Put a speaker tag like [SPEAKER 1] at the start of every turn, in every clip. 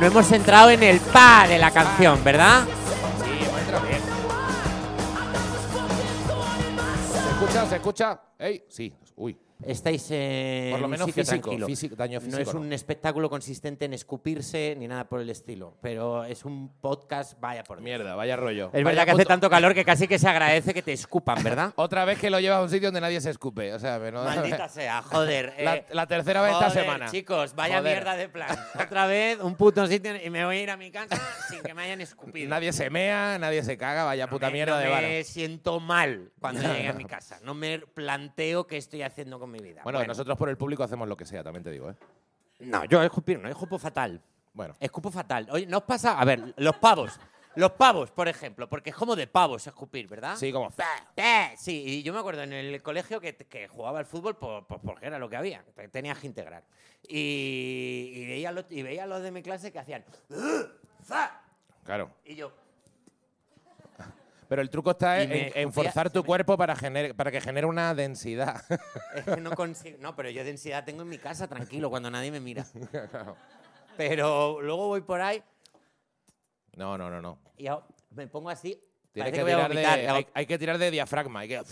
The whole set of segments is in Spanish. [SPEAKER 1] no hemos entrado en el pa de la canción, ¿verdad?
[SPEAKER 2] Sí, hemos entrado bien. ¿Se escucha? ¿Se escucha? ¡Ey! Sí. Uy.
[SPEAKER 1] Estáis eh,
[SPEAKER 2] Por
[SPEAKER 1] en
[SPEAKER 2] lo
[SPEAKER 1] un
[SPEAKER 2] menos
[SPEAKER 1] sitio
[SPEAKER 2] físico,
[SPEAKER 1] tranquilo.
[SPEAKER 2] físico, daño
[SPEAKER 1] No es
[SPEAKER 2] físico,
[SPEAKER 1] un
[SPEAKER 2] no.
[SPEAKER 1] espectáculo consistente en escupirse ni nada por el estilo, pero es un podcast, vaya por Dios.
[SPEAKER 2] Mierda, vaya rollo.
[SPEAKER 1] Es
[SPEAKER 2] Vaya
[SPEAKER 1] verdad que hace
[SPEAKER 2] punto-
[SPEAKER 1] tanto calor que casi que se agradece que te escupan, ¿verdad?
[SPEAKER 2] Otra vez que lo llevas a un sitio donde nadie se escupe. O sea, menudo-
[SPEAKER 1] Maldita sea, joder.
[SPEAKER 2] La-
[SPEAKER 1] eh.
[SPEAKER 2] la tercera vez esta
[SPEAKER 1] Joder,
[SPEAKER 2] semana.
[SPEAKER 1] Chicos, vaya
[SPEAKER 2] Joder.
[SPEAKER 1] mierda de plan. Otra vez, un puto sitio y me voy a ir a mi casa sin que me hayan escupido.
[SPEAKER 2] Nadie se mea, nadie se caga, vaya puta
[SPEAKER 1] me-
[SPEAKER 2] mierda
[SPEAKER 1] no
[SPEAKER 2] de
[SPEAKER 1] me
[SPEAKER 2] vara.
[SPEAKER 1] siento mal cuando llegue a mi casa. No me planteo qué estoy haciendo con mi vida.
[SPEAKER 2] Bueno, nosotros por el público hacemos lo que sea, también te digo, ¿eh?
[SPEAKER 1] No, yo escupir no, escupo fatal.
[SPEAKER 2] Bueno.
[SPEAKER 1] Escupo fatal. Oye, ¿no os pasa? A ver, los pavos. Los pavos, por ejemplo, porque es como de pavos escupir, ¿verdad?
[SPEAKER 2] Sí, como...
[SPEAKER 1] Eh, Sí, y yo me acuerdo en el colegio que, que jugaba al fútbol por- por- porque era lo que había, te- tenías que integrar. Y, y veía los, y veía a los de mi clase que hacían... ¡Ah! "Fa",
[SPEAKER 2] Claro.
[SPEAKER 1] Y yo...
[SPEAKER 2] Pero el truco está
[SPEAKER 1] Y
[SPEAKER 2] en,
[SPEAKER 1] me
[SPEAKER 2] en
[SPEAKER 1] escupía-
[SPEAKER 2] forzar
[SPEAKER 1] se
[SPEAKER 2] tu
[SPEAKER 1] me-
[SPEAKER 2] cuerpo para, gener- para que genere una densidad.
[SPEAKER 1] Es que no consigo... No, pero yo densidad tengo en mi casa, tranquilo, cuando nadie me mira. Pero luego voy por ahí
[SPEAKER 2] no, no, no, no.
[SPEAKER 1] y hago- me pongo así...
[SPEAKER 2] Tienes
[SPEAKER 1] parece que
[SPEAKER 2] que
[SPEAKER 1] voy a
[SPEAKER 2] tirar de,
[SPEAKER 1] vomitar, y hago-
[SPEAKER 2] hay, hay que tirar de diafragma. hay que-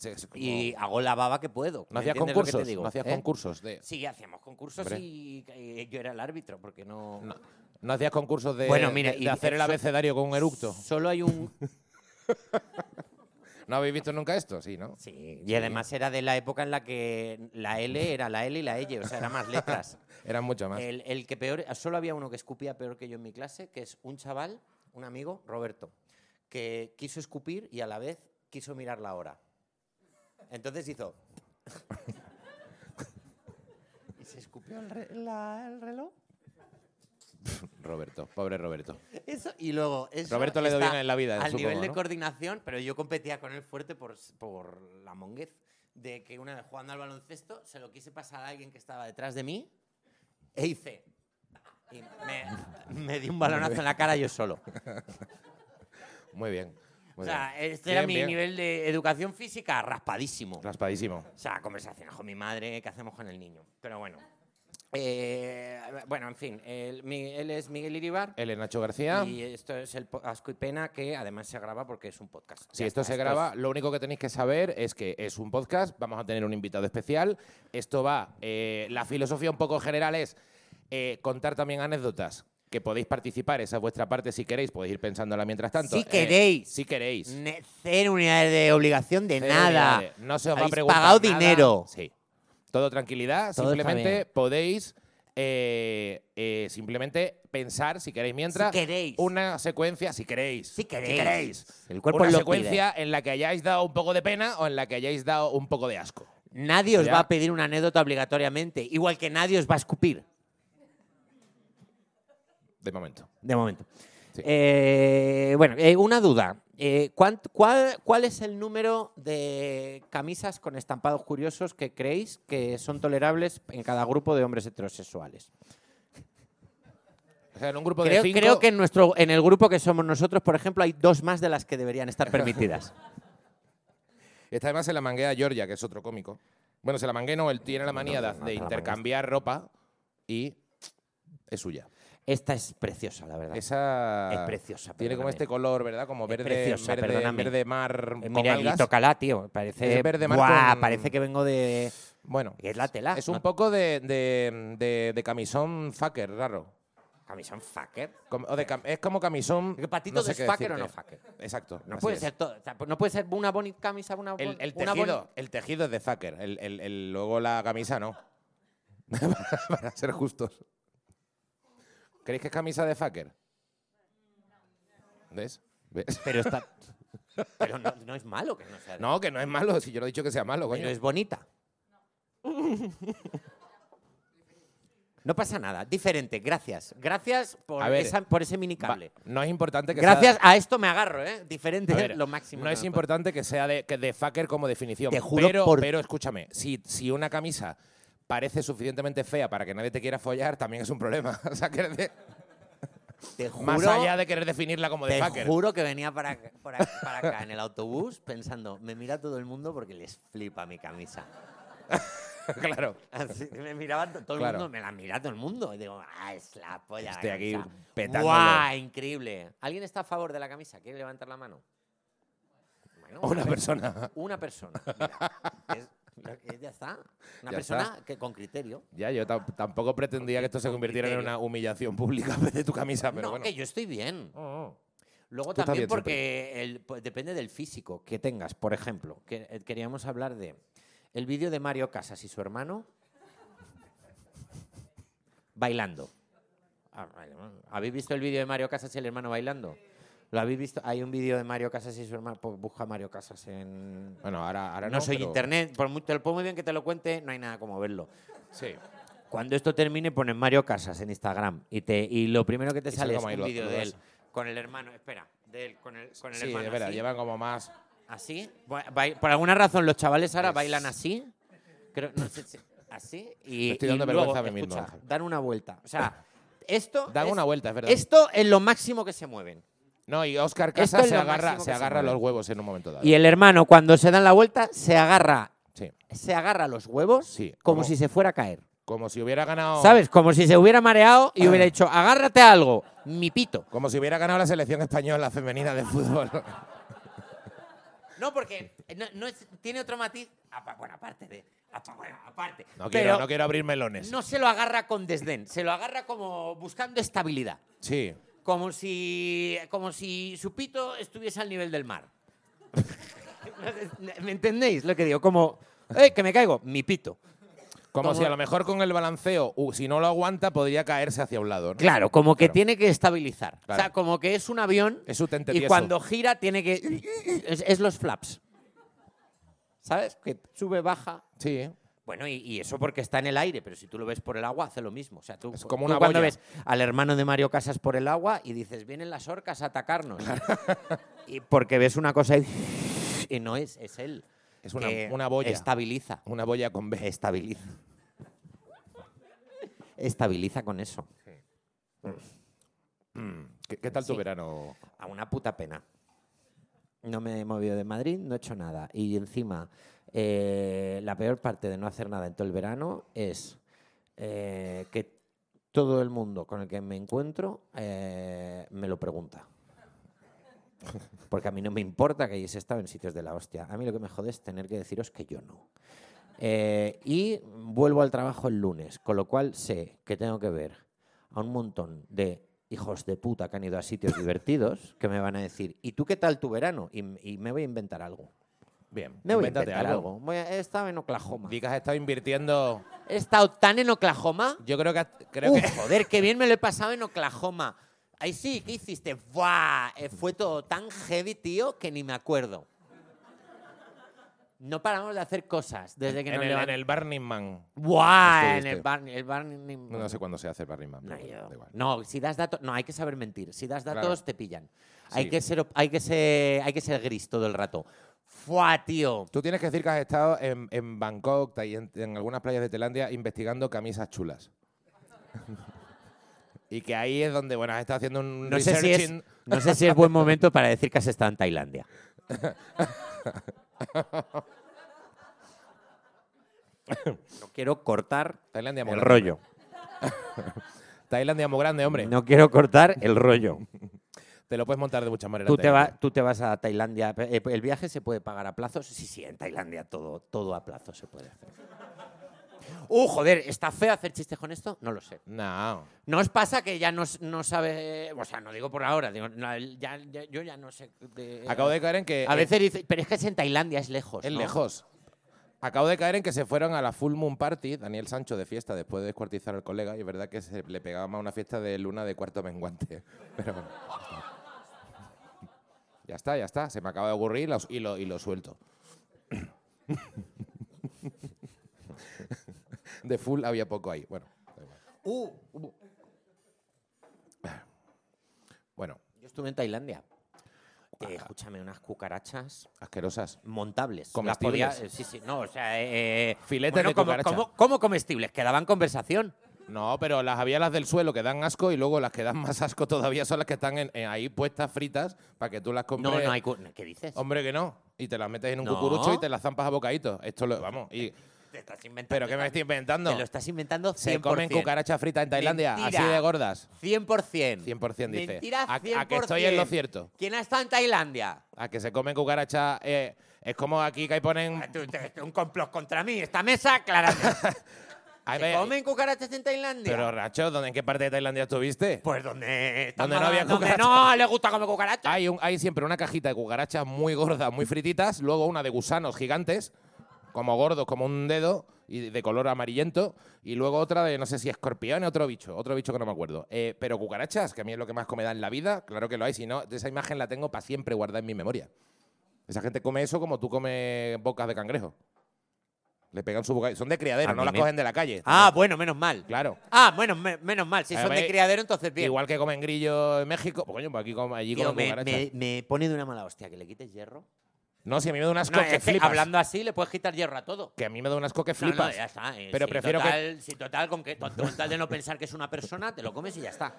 [SPEAKER 2] se- se- como-
[SPEAKER 1] y hago la baba que puedo.
[SPEAKER 2] no
[SPEAKER 1] ¿me
[SPEAKER 2] hacías
[SPEAKER 1] entiendes lo que te
[SPEAKER 2] concursos.
[SPEAKER 1] digo?
[SPEAKER 2] No hacías
[SPEAKER 1] ¿Eh?
[SPEAKER 2] concursos de...
[SPEAKER 1] Sí, hacíamos concursos
[SPEAKER 2] Hombre.
[SPEAKER 1] y, y yo era el árbitro, porque no...
[SPEAKER 2] No, no hacías concursos de,
[SPEAKER 1] Bueno, mira,
[SPEAKER 2] de-
[SPEAKER 1] y
[SPEAKER 2] de hacer el
[SPEAKER 1] eso-
[SPEAKER 2] abecedario con un eructo.
[SPEAKER 1] Solo hay un...
[SPEAKER 2] ¿No habéis visto nunca esto? Sí, ¿no?
[SPEAKER 1] Sí, y además era de la época en la que la L era la L y la L, o sea, eran más letras.
[SPEAKER 2] Eran mucho más.
[SPEAKER 1] El, el que peor, solo había uno que escupía peor que yo en mi clase, que es un chaval, un amigo, Roberto, que quiso escupir y a la vez quiso mirar la hora. Entonces hizo... y se escupió el, re- la- el reloj.
[SPEAKER 2] Roberto, pobre Roberto.
[SPEAKER 1] Eso, y luego... eso
[SPEAKER 2] Roberto le ha ido
[SPEAKER 1] está
[SPEAKER 2] bien en la vida,
[SPEAKER 1] Al
[SPEAKER 2] supongo,
[SPEAKER 1] nivel de
[SPEAKER 2] ¿no?
[SPEAKER 1] coordinación, pero yo competía con él fuerte por, s- por la monguez. De que una vez jugando al baloncesto, se lo quise pasar a alguien que estaba detrás de mí e hice... Y me, me di un balonazo en la cara yo solo.
[SPEAKER 2] Muy bien.
[SPEAKER 1] O
[SPEAKER 2] muy
[SPEAKER 1] sea,
[SPEAKER 2] bien.
[SPEAKER 1] este era
[SPEAKER 2] Bien,
[SPEAKER 1] mi
[SPEAKER 2] bien.
[SPEAKER 1] nivel de educación física raspadísimo.
[SPEAKER 2] Raspadísimo.
[SPEAKER 1] O sea, conversaciones con mi madre, ¿qué hacemos con el niño? Pero bueno. Eh, bueno, en fin, él, mi- él es Miguel Iribar.
[SPEAKER 2] El de Nacho García.
[SPEAKER 1] Y esto es el po- Asco y Pena, que además se graba porque es un podcast.
[SPEAKER 2] Si
[SPEAKER 1] Ya
[SPEAKER 2] esto
[SPEAKER 1] está,
[SPEAKER 2] se
[SPEAKER 1] es-
[SPEAKER 2] graba, lo único que tenéis que saber es que es un podcast, vamos a tener un invitado especial. Esto va, eh, la filosofía un poco general es eh, contar también anécdotas, que podéis participar, esa es vuestra parte si queréis, podéis ir pensándola mientras tanto.
[SPEAKER 1] Si
[SPEAKER 2] Eh,
[SPEAKER 1] queréis.
[SPEAKER 2] si queréis.
[SPEAKER 1] Ne- cero unidades de obligación de
[SPEAKER 2] Cero
[SPEAKER 1] nada.
[SPEAKER 2] unidades. No se os va a
[SPEAKER 1] Habéis
[SPEAKER 2] preguntar.
[SPEAKER 1] pagado
[SPEAKER 2] nada.
[SPEAKER 1] dinero.
[SPEAKER 2] Sí. Todo tranquilidad.
[SPEAKER 1] Todo está
[SPEAKER 2] simplemente
[SPEAKER 1] bien.
[SPEAKER 2] podéis eh, eh, simplemente pensar, si queréis mientras,
[SPEAKER 1] Si queréis.
[SPEAKER 2] una secuencia, si queréis.
[SPEAKER 1] Si queréis. El cuerpo
[SPEAKER 2] Una
[SPEAKER 1] lo
[SPEAKER 2] secuencia en la que hayáis dado un poco de pena o en la que hayáis dado un poco de asco.
[SPEAKER 1] Nadie os
[SPEAKER 2] Ya.
[SPEAKER 1] va a pedir una anécdota obligatoriamente, igual que nadie os va a escupir,
[SPEAKER 2] De momento.
[SPEAKER 1] de momento.
[SPEAKER 2] Sí.
[SPEAKER 1] Eh, bueno, eh, una duda. Eh, ¿cuán- cuál, cuál es el número de camisas con estampados curiosos que creéis que son tolerables en cada grupo de hombres heterosexuales?
[SPEAKER 2] O sea, en un grupo
[SPEAKER 1] Creo,
[SPEAKER 2] de cinco.
[SPEAKER 1] creo que en, nuestro, en el grupo que somos nosotros, por ejemplo, hay dos más de las que deberían estar permitidas.
[SPEAKER 2] Esta además se la manguea a Georgia, que es otro cómico. Bueno, se la mangué, no, él tiene la manía de-
[SPEAKER 1] no, no
[SPEAKER 2] de
[SPEAKER 1] te la
[SPEAKER 2] intercambiar ropa y es suya.
[SPEAKER 1] Esta es preciosa, la verdad.
[SPEAKER 2] Esa
[SPEAKER 1] Es preciosa,
[SPEAKER 2] Tiene como
[SPEAKER 1] perdóname.
[SPEAKER 2] este color, ¿verdad? Como verde,
[SPEAKER 1] preciosa,
[SPEAKER 2] verde,
[SPEAKER 1] perdóname.
[SPEAKER 2] verde mar
[SPEAKER 1] Eh,
[SPEAKER 2] con
[SPEAKER 1] Mira, y
[SPEAKER 2] algas.
[SPEAKER 1] tócala, tío. Parece,
[SPEAKER 2] Es verde mar
[SPEAKER 1] Buah,
[SPEAKER 2] con-
[SPEAKER 1] parece que vengo de...
[SPEAKER 2] Bueno,
[SPEAKER 1] Es la tela.
[SPEAKER 2] es un
[SPEAKER 1] ¿no?
[SPEAKER 2] poco de, de- de- de camisón fucker, raro.
[SPEAKER 1] Camisón fucker.
[SPEAKER 2] Com- o de cam- es como camisón.
[SPEAKER 1] Que patito
[SPEAKER 2] no sé
[SPEAKER 1] es
[SPEAKER 2] qué
[SPEAKER 1] fucker o no
[SPEAKER 2] decirte.
[SPEAKER 1] fucker.
[SPEAKER 2] Exacto.
[SPEAKER 1] No
[SPEAKER 2] así
[SPEAKER 1] puede,
[SPEAKER 2] es.
[SPEAKER 1] ser todo, o sea, no puede ser una bonita camisa, una
[SPEAKER 2] El,
[SPEAKER 1] bon-
[SPEAKER 2] el
[SPEAKER 1] una boni-
[SPEAKER 2] tejido, el tejido es de fucker. El, el- el- luego la camisa no. Para ser justos. ¿Creéis que es camisa de fucker? ¿Ves? ¿Ves?
[SPEAKER 1] Pero, está, pero no, no es malo que no sea de-
[SPEAKER 2] No, que no es malo. Si yo no he dicho que sea malo, coño.
[SPEAKER 1] pero es bonita. No pasa nada. Diferente. Gracias. Gracias por,
[SPEAKER 2] A ver,
[SPEAKER 1] esa- por ese mini
[SPEAKER 2] Va,
[SPEAKER 1] cable.
[SPEAKER 2] No es importante que sea-
[SPEAKER 1] Gracias a esto me agarro, ¿eh? Diferente,
[SPEAKER 2] A ver,
[SPEAKER 1] lo máximo.
[SPEAKER 2] No
[SPEAKER 1] que
[SPEAKER 2] es
[SPEAKER 1] me puedo.
[SPEAKER 2] importante que sea de, que de fucker como definición.
[SPEAKER 1] Te juro
[SPEAKER 2] pero,
[SPEAKER 1] por-
[SPEAKER 2] pero escúchame, si, si una camisa parece suficientemente fea para que nadie te quiera follar, también es un problema. O sea, quiero decir,
[SPEAKER 1] Te juro,
[SPEAKER 2] más allá de querer definirla como de
[SPEAKER 1] te
[SPEAKER 2] fucker.
[SPEAKER 1] juro que venía para, ac- para ac- para acá en el autobús pensando, me mira todo el mundo porque les flipa mi camisa.
[SPEAKER 2] claro.
[SPEAKER 1] Así, me miraban to- todo
[SPEAKER 2] Claro.
[SPEAKER 1] el mundo, me la mira todo el mundo. Y digo, ah, es la polla. la
[SPEAKER 2] Estoy aquí
[SPEAKER 1] camisa".
[SPEAKER 2] petándolo.
[SPEAKER 1] ¡Guau! Increíble. ¿Alguien está a favor de la camisa? ¿Quiere levantar la mano? Bueno,
[SPEAKER 2] Una
[SPEAKER 1] per-
[SPEAKER 2] persona.
[SPEAKER 1] Una persona. mira. Es- mira, eh, ya está. Una
[SPEAKER 2] Ya
[SPEAKER 1] persona
[SPEAKER 2] está.
[SPEAKER 1] que con criterio.
[SPEAKER 2] Ya, yo tam- tampoco pretendía que esto se convirtiera en
[SPEAKER 1] criterio.
[SPEAKER 2] una humillación pública de tu camisa, Ah, pero
[SPEAKER 1] no,
[SPEAKER 2] bueno.
[SPEAKER 1] que yo estoy bien.
[SPEAKER 2] Oh, oh.
[SPEAKER 1] Luego
[SPEAKER 2] Tú estás
[SPEAKER 1] también
[SPEAKER 2] bien
[SPEAKER 1] porque el- pues, depende del físico que tengas. Por ejemplo, que, eh, queríamos hablar de el vídeo de Mario Casas y su hermano bailando. Ah, vale, bueno. ¿Habéis visto el vídeo de Mario Casas y el hermano bailando? ¿Lo habéis visto? Hay un vídeo de Mario Casas y su hermano. pues, busca Mario Casas en.
[SPEAKER 2] Bueno, ahora, ahora
[SPEAKER 1] No,
[SPEAKER 2] no.
[SPEAKER 1] soy
[SPEAKER 2] pero-
[SPEAKER 1] internet. Por muy, te lo pongo muy bien que te lo cuente, no hay nada como verlo.
[SPEAKER 2] Sí.
[SPEAKER 1] Cuando esto termine, pones Mario Casas en Instagram y, te, y lo primero que te
[SPEAKER 2] Y
[SPEAKER 1] sale es
[SPEAKER 2] salga
[SPEAKER 1] un
[SPEAKER 2] Mailo-
[SPEAKER 1] vídeo
[SPEAKER 2] lo
[SPEAKER 1] de
[SPEAKER 2] ves.
[SPEAKER 1] él con el hermano. Espera, de él con el, con el
[SPEAKER 2] Sí,
[SPEAKER 1] hermano.
[SPEAKER 2] es verdad,
[SPEAKER 1] así,
[SPEAKER 2] llevan como más.
[SPEAKER 1] así. Ba- bai- Por alguna razón, los chavales ahora
[SPEAKER 2] Es-
[SPEAKER 1] bailan así. Creo, no sé si- así. Y,
[SPEAKER 2] Me estoy
[SPEAKER 1] y
[SPEAKER 2] dando
[SPEAKER 1] luego,
[SPEAKER 2] vergüenza a mí mismo,
[SPEAKER 1] escucha,
[SPEAKER 2] Ángel.
[SPEAKER 1] Dan una vuelta. O sea, esto.
[SPEAKER 2] Dan
[SPEAKER 1] es-
[SPEAKER 2] una vuelta, es verdad.
[SPEAKER 1] Esto es lo máximo que se mueven.
[SPEAKER 2] No, y Oscar
[SPEAKER 1] Esto
[SPEAKER 2] Casas
[SPEAKER 1] es
[SPEAKER 2] se
[SPEAKER 1] lo
[SPEAKER 2] agarra,
[SPEAKER 1] máximo
[SPEAKER 2] se
[SPEAKER 1] que se
[SPEAKER 2] agarra
[SPEAKER 1] mueve.
[SPEAKER 2] los huevos en un momento dado.
[SPEAKER 1] Y el hermano, cuando se dan la vuelta, se agarra.
[SPEAKER 2] Sí.
[SPEAKER 1] Se agarra los huevos
[SPEAKER 2] Sí,
[SPEAKER 1] como,
[SPEAKER 2] como-
[SPEAKER 1] si se fuera a caer.
[SPEAKER 2] Como si hubiera ganado.
[SPEAKER 1] ¿Sabes? Como si se hubiera mareado
[SPEAKER 2] Ah.
[SPEAKER 1] y hubiera dicho, agárrate a algo, mi pito.
[SPEAKER 2] Como si hubiera ganado la selección española femenina de fútbol.
[SPEAKER 1] No, porque eh, no, no es- tiene otro matiz. apa- Bueno, aparte de. apa- bueno, aparte. pero
[SPEAKER 2] No quiero, no quiero abrir melones.
[SPEAKER 1] no se lo agarra con desdén, se lo agarra como buscando estabilidad.
[SPEAKER 2] Sí.
[SPEAKER 1] Como si, como si su pito estuviese al nivel del mar. ¿Me entendéis lo que digo? Como, ¡eh, que me caigo! Mi pito.
[SPEAKER 2] Como
[SPEAKER 1] Como-
[SPEAKER 2] si a lo mejor con el balanceo, uh, si no lo aguanta, podría caerse hacia un lado. ¿no?
[SPEAKER 1] Claro, como que
[SPEAKER 2] Claro.
[SPEAKER 1] tiene que estabilizar. O sea,
[SPEAKER 2] Claro.
[SPEAKER 1] como que es un avión
[SPEAKER 2] Es un tente
[SPEAKER 1] y
[SPEAKER 2] tieso.
[SPEAKER 1] cuando gira tiene que... Es, es los flaps. ¿Sabes? Que sube, baja.
[SPEAKER 2] Sí.
[SPEAKER 1] Bueno, y, y eso porque está en el aire, pero si tú lo ves por el agua, hace lo mismo. O sea, tú,
[SPEAKER 2] Es como
[SPEAKER 1] tú
[SPEAKER 2] una
[SPEAKER 1] cuando
[SPEAKER 2] boya.
[SPEAKER 1] ves al hermano de Mario Casas por el agua y dices, vienen las orcas a atacarnos. y porque ves una cosa y, y no es, es él.
[SPEAKER 2] Es una-
[SPEAKER 1] que
[SPEAKER 2] una boya.
[SPEAKER 1] Estabiliza.
[SPEAKER 2] Una boya con B.
[SPEAKER 1] Estabiliza. Estabiliza con eso.
[SPEAKER 2] ¿Qué, qué tal tu
[SPEAKER 1] Sí.
[SPEAKER 2] verano?
[SPEAKER 1] A una puta pena. No me he movido de Madrid, no he hecho nada. Y encima, eh, la peor parte de no hacer nada en todo el verano es eh, que todo el mundo con el que me encuentro eh, me lo pregunta. Porque a mí no me importa que hayáis estado en sitios de la hostia. A mí lo que me jode es tener que deciros que yo no. Eh, y vuelvo al trabajo el lunes, con lo cual sé que tengo que ver a un montón de hijos de puta que han ido a sitios divertidos que me van a decir, ¿y tú qué tal tu verano? Y, m- y me voy a inventar algo.
[SPEAKER 2] Bien.
[SPEAKER 1] Me voy a
[SPEAKER 2] invéntate
[SPEAKER 1] inventar algo. Voy a- he estado en Oklahoma.
[SPEAKER 2] Di que has estado invirtiendo.
[SPEAKER 1] He estado tan en Oklahoma.
[SPEAKER 2] Yo creo que. has- Creo
[SPEAKER 1] Uf,
[SPEAKER 2] que
[SPEAKER 1] Joder, qué bien me lo he pasado en Oklahoma. Ahí sí, ¿qué hiciste? ¡Buah! eh, Fue todo tan heavy, tío, que ni me acuerdo. No paramos de hacer cosas desde que
[SPEAKER 2] en,
[SPEAKER 1] nos
[SPEAKER 2] el, en
[SPEAKER 1] levantamos.
[SPEAKER 2] el Burning Man.
[SPEAKER 1] ¡Buah! En
[SPEAKER 2] Estuviste.
[SPEAKER 1] el Barney. El Barney-
[SPEAKER 2] No, no sé cuándo se hace el Burning Man.
[SPEAKER 1] No,
[SPEAKER 2] pero bueno,
[SPEAKER 1] yo-
[SPEAKER 2] da igual.
[SPEAKER 1] no, si das datos, no, hay que saber mentir. Si das datos,
[SPEAKER 2] Claro.
[SPEAKER 1] te pillan. Hay,
[SPEAKER 2] Sí.
[SPEAKER 1] que ser, op- hay, que ser, hay que ser gris todo el rato. ¡Fua, tío!
[SPEAKER 2] Tú tienes que decir que has estado en, en Bangkok y en, en algunas playas de Tailandia investigando camisas chulas. y que ahí es donde, bueno, has estado haciendo un
[SPEAKER 1] No sé, si es,
[SPEAKER 2] researching.
[SPEAKER 1] no sé si es buen momento para decir que has estado en Tailandia. No quiero cortar
[SPEAKER 2] Tailandia muy
[SPEAKER 1] el
[SPEAKER 2] grande.
[SPEAKER 1] rollo.
[SPEAKER 2] Tailandia muy grande, hombre.
[SPEAKER 1] No quiero cortar el rollo.
[SPEAKER 2] Te lo puedes montar de muchas maneras.
[SPEAKER 1] Tú te,
[SPEAKER 2] Tailandia.
[SPEAKER 1] va- tú te vas a Tailandia. eh, ¿El viaje se puede pagar a plazos? Sí, sí, en Tailandia todo, todo a plazo se puede hacer. ¡Uh, joder! ¿Está feo hacer chistes con esto? No lo sé.
[SPEAKER 2] No.
[SPEAKER 1] ¿No os pasa que ya no, s- no sabe... O sea, no digo por ahora. digo, no, ya- ya- yo ya no sé... de-
[SPEAKER 2] Acabo de caer en que.
[SPEAKER 1] A veces dice, pero es que es en Tailandia, es lejos.
[SPEAKER 2] Es
[SPEAKER 1] ¿no?".
[SPEAKER 2] lejos. Acabo de caer en que se fueron a la Full Moon Party, Daniel Sancho de fiesta, después de descuartizar al colega, y es verdad que se le pegaba más una fiesta de luna de cuarto menguante. Pero bueno. Ya está, ya está. Se me acaba de ocurrir y lo, y lo- y lo suelto. De full había poco ahí. Bueno, da igual.
[SPEAKER 1] Uh, uh,
[SPEAKER 2] bueno,
[SPEAKER 1] yo estuve en Tailandia.
[SPEAKER 2] ah.
[SPEAKER 1] Eh, escúchame, unas cucarachas
[SPEAKER 2] asquerosas.
[SPEAKER 1] montables. Las
[SPEAKER 2] Comestibles.
[SPEAKER 1] podía- eh, sí, sí, no, o sea... eh, eh,
[SPEAKER 2] Filetes
[SPEAKER 1] bueno,
[SPEAKER 2] de
[SPEAKER 1] como-
[SPEAKER 2] cucaracha.
[SPEAKER 1] como- como comestibles? Que daban conversación.
[SPEAKER 2] No, pero las había las del suelo que dan asco y luego las que dan más asco todavía son las que están en- en ahí puestas fritas para que tú las compres.
[SPEAKER 1] No, no hay... cu- ¿Qué dices?
[SPEAKER 2] Hombre, que no. Y te las metes en un
[SPEAKER 1] No.
[SPEAKER 2] cucurucho y te las zampas a bocaditos. Esto lo. Vamos. Y
[SPEAKER 1] te estás inventando.
[SPEAKER 2] ¿Pero qué me estoy inventando?
[SPEAKER 1] Te lo estás inventando 100%.
[SPEAKER 2] Se comen cucaracha frita en Tailandia, así
[SPEAKER 1] Mentira.
[SPEAKER 2] de gordas.
[SPEAKER 1] 100%.
[SPEAKER 2] 100% dice.
[SPEAKER 1] Mentira,
[SPEAKER 2] A-
[SPEAKER 1] 100%.
[SPEAKER 2] a que estoy en lo cierto.
[SPEAKER 1] ¿Quién ha estado en Tailandia?
[SPEAKER 2] A que se comen cucaracha. eh, es como aquí que ahí ponen.
[SPEAKER 1] Tú- tú- tú, Un complot contra mí. Esta mesa, claramente.
[SPEAKER 2] Ahí
[SPEAKER 1] ¿Se
[SPEAKER 2] ve-
[SPEAKER 1] comen cucarachas en Tailandia?
[SPEAKER 2] Pero, Racho, ¿dónde, ¿en qué parte de Tailandia estuviste?
[SPEAKER 1] pues donde... están
[SPEAKER 2] Donde no
[SPEAKER 1] mal-
[SPEAKER 2] había
[SPEAKER 1] donde
[SPEAKER 2] cucarachas. Ah.
[SPEAKER 1] no le gusta comer cucarachas.
[SPEAKER 2] Hay, un- hay siempre una cajita de cucarachas muy gordas, muy frititas, luego una de gusanos gigantes, como gordos, como un dedo, y de color amarillento, y luego otra de, no sé si escorpión, otro bicho, otro bicho que no me acuerdo. Eh, pero cucarachas, que a mí es lo que más come da en la vida, claro que lo hay, si no, esa imagen la tengo para siempre guardada en mi memoria. Esa gente come eso como tú comes bocas de cangrejo. Le pegan su boca. Son de criadero,
[SPEAKER 1] A
[SPEAKER 2] no
[SPEAKER 1] mí
[SPEAKER 2] las
[SPEAKER 1] me-
[SPEAKER 2] cogen de la calle.
[SPEAKER 1] Ah, bueno, menos mal.
[SPEAKER 2] Claro.
[SPEAKER 1] Ah, bueno, me- menos mal. Si
[SPEAKER 2] A
[SPEAKER 1] son
[SPEAKER 2] ver,
[SPEAKER 1] de criadero, entonces bien.
[SPEAKER 2] Igual que comen grillo en México. Pues, coño, pues aquí come, allí
[SPEAKER 1] Tío,
[SPEAKER 2] comen
[SPEAKER 1] me, me-
[SPEAKER 2] cucarachas.
[SPEAKER 1] me pone de una mala hostia que le quites hierro.
[SPEAKER 2] No, si a mí me da un asco
[SPEAKER 1] No,
[SPEAKER 2] que
[SPEAKER 1] es que
[SPEAKER 2] flipas.
[SPEAKER 1] hablando así, le puedes quitar hierro a todo.
[SPEAKER 2] Que a mí me da un asco que
[SPEAKER 1] No, no,
[SPEAKER 2] flipas.
[SPEAKER 1] ya está, eh,
[SPEAKER 2] Pero
[SPEAKER 1] si
[SPEAKER 2] prefiero que-
[SPEAKER 1] total, Si total, con, que, con- con tal de no pensar que es una persona, te lo comes y ya está.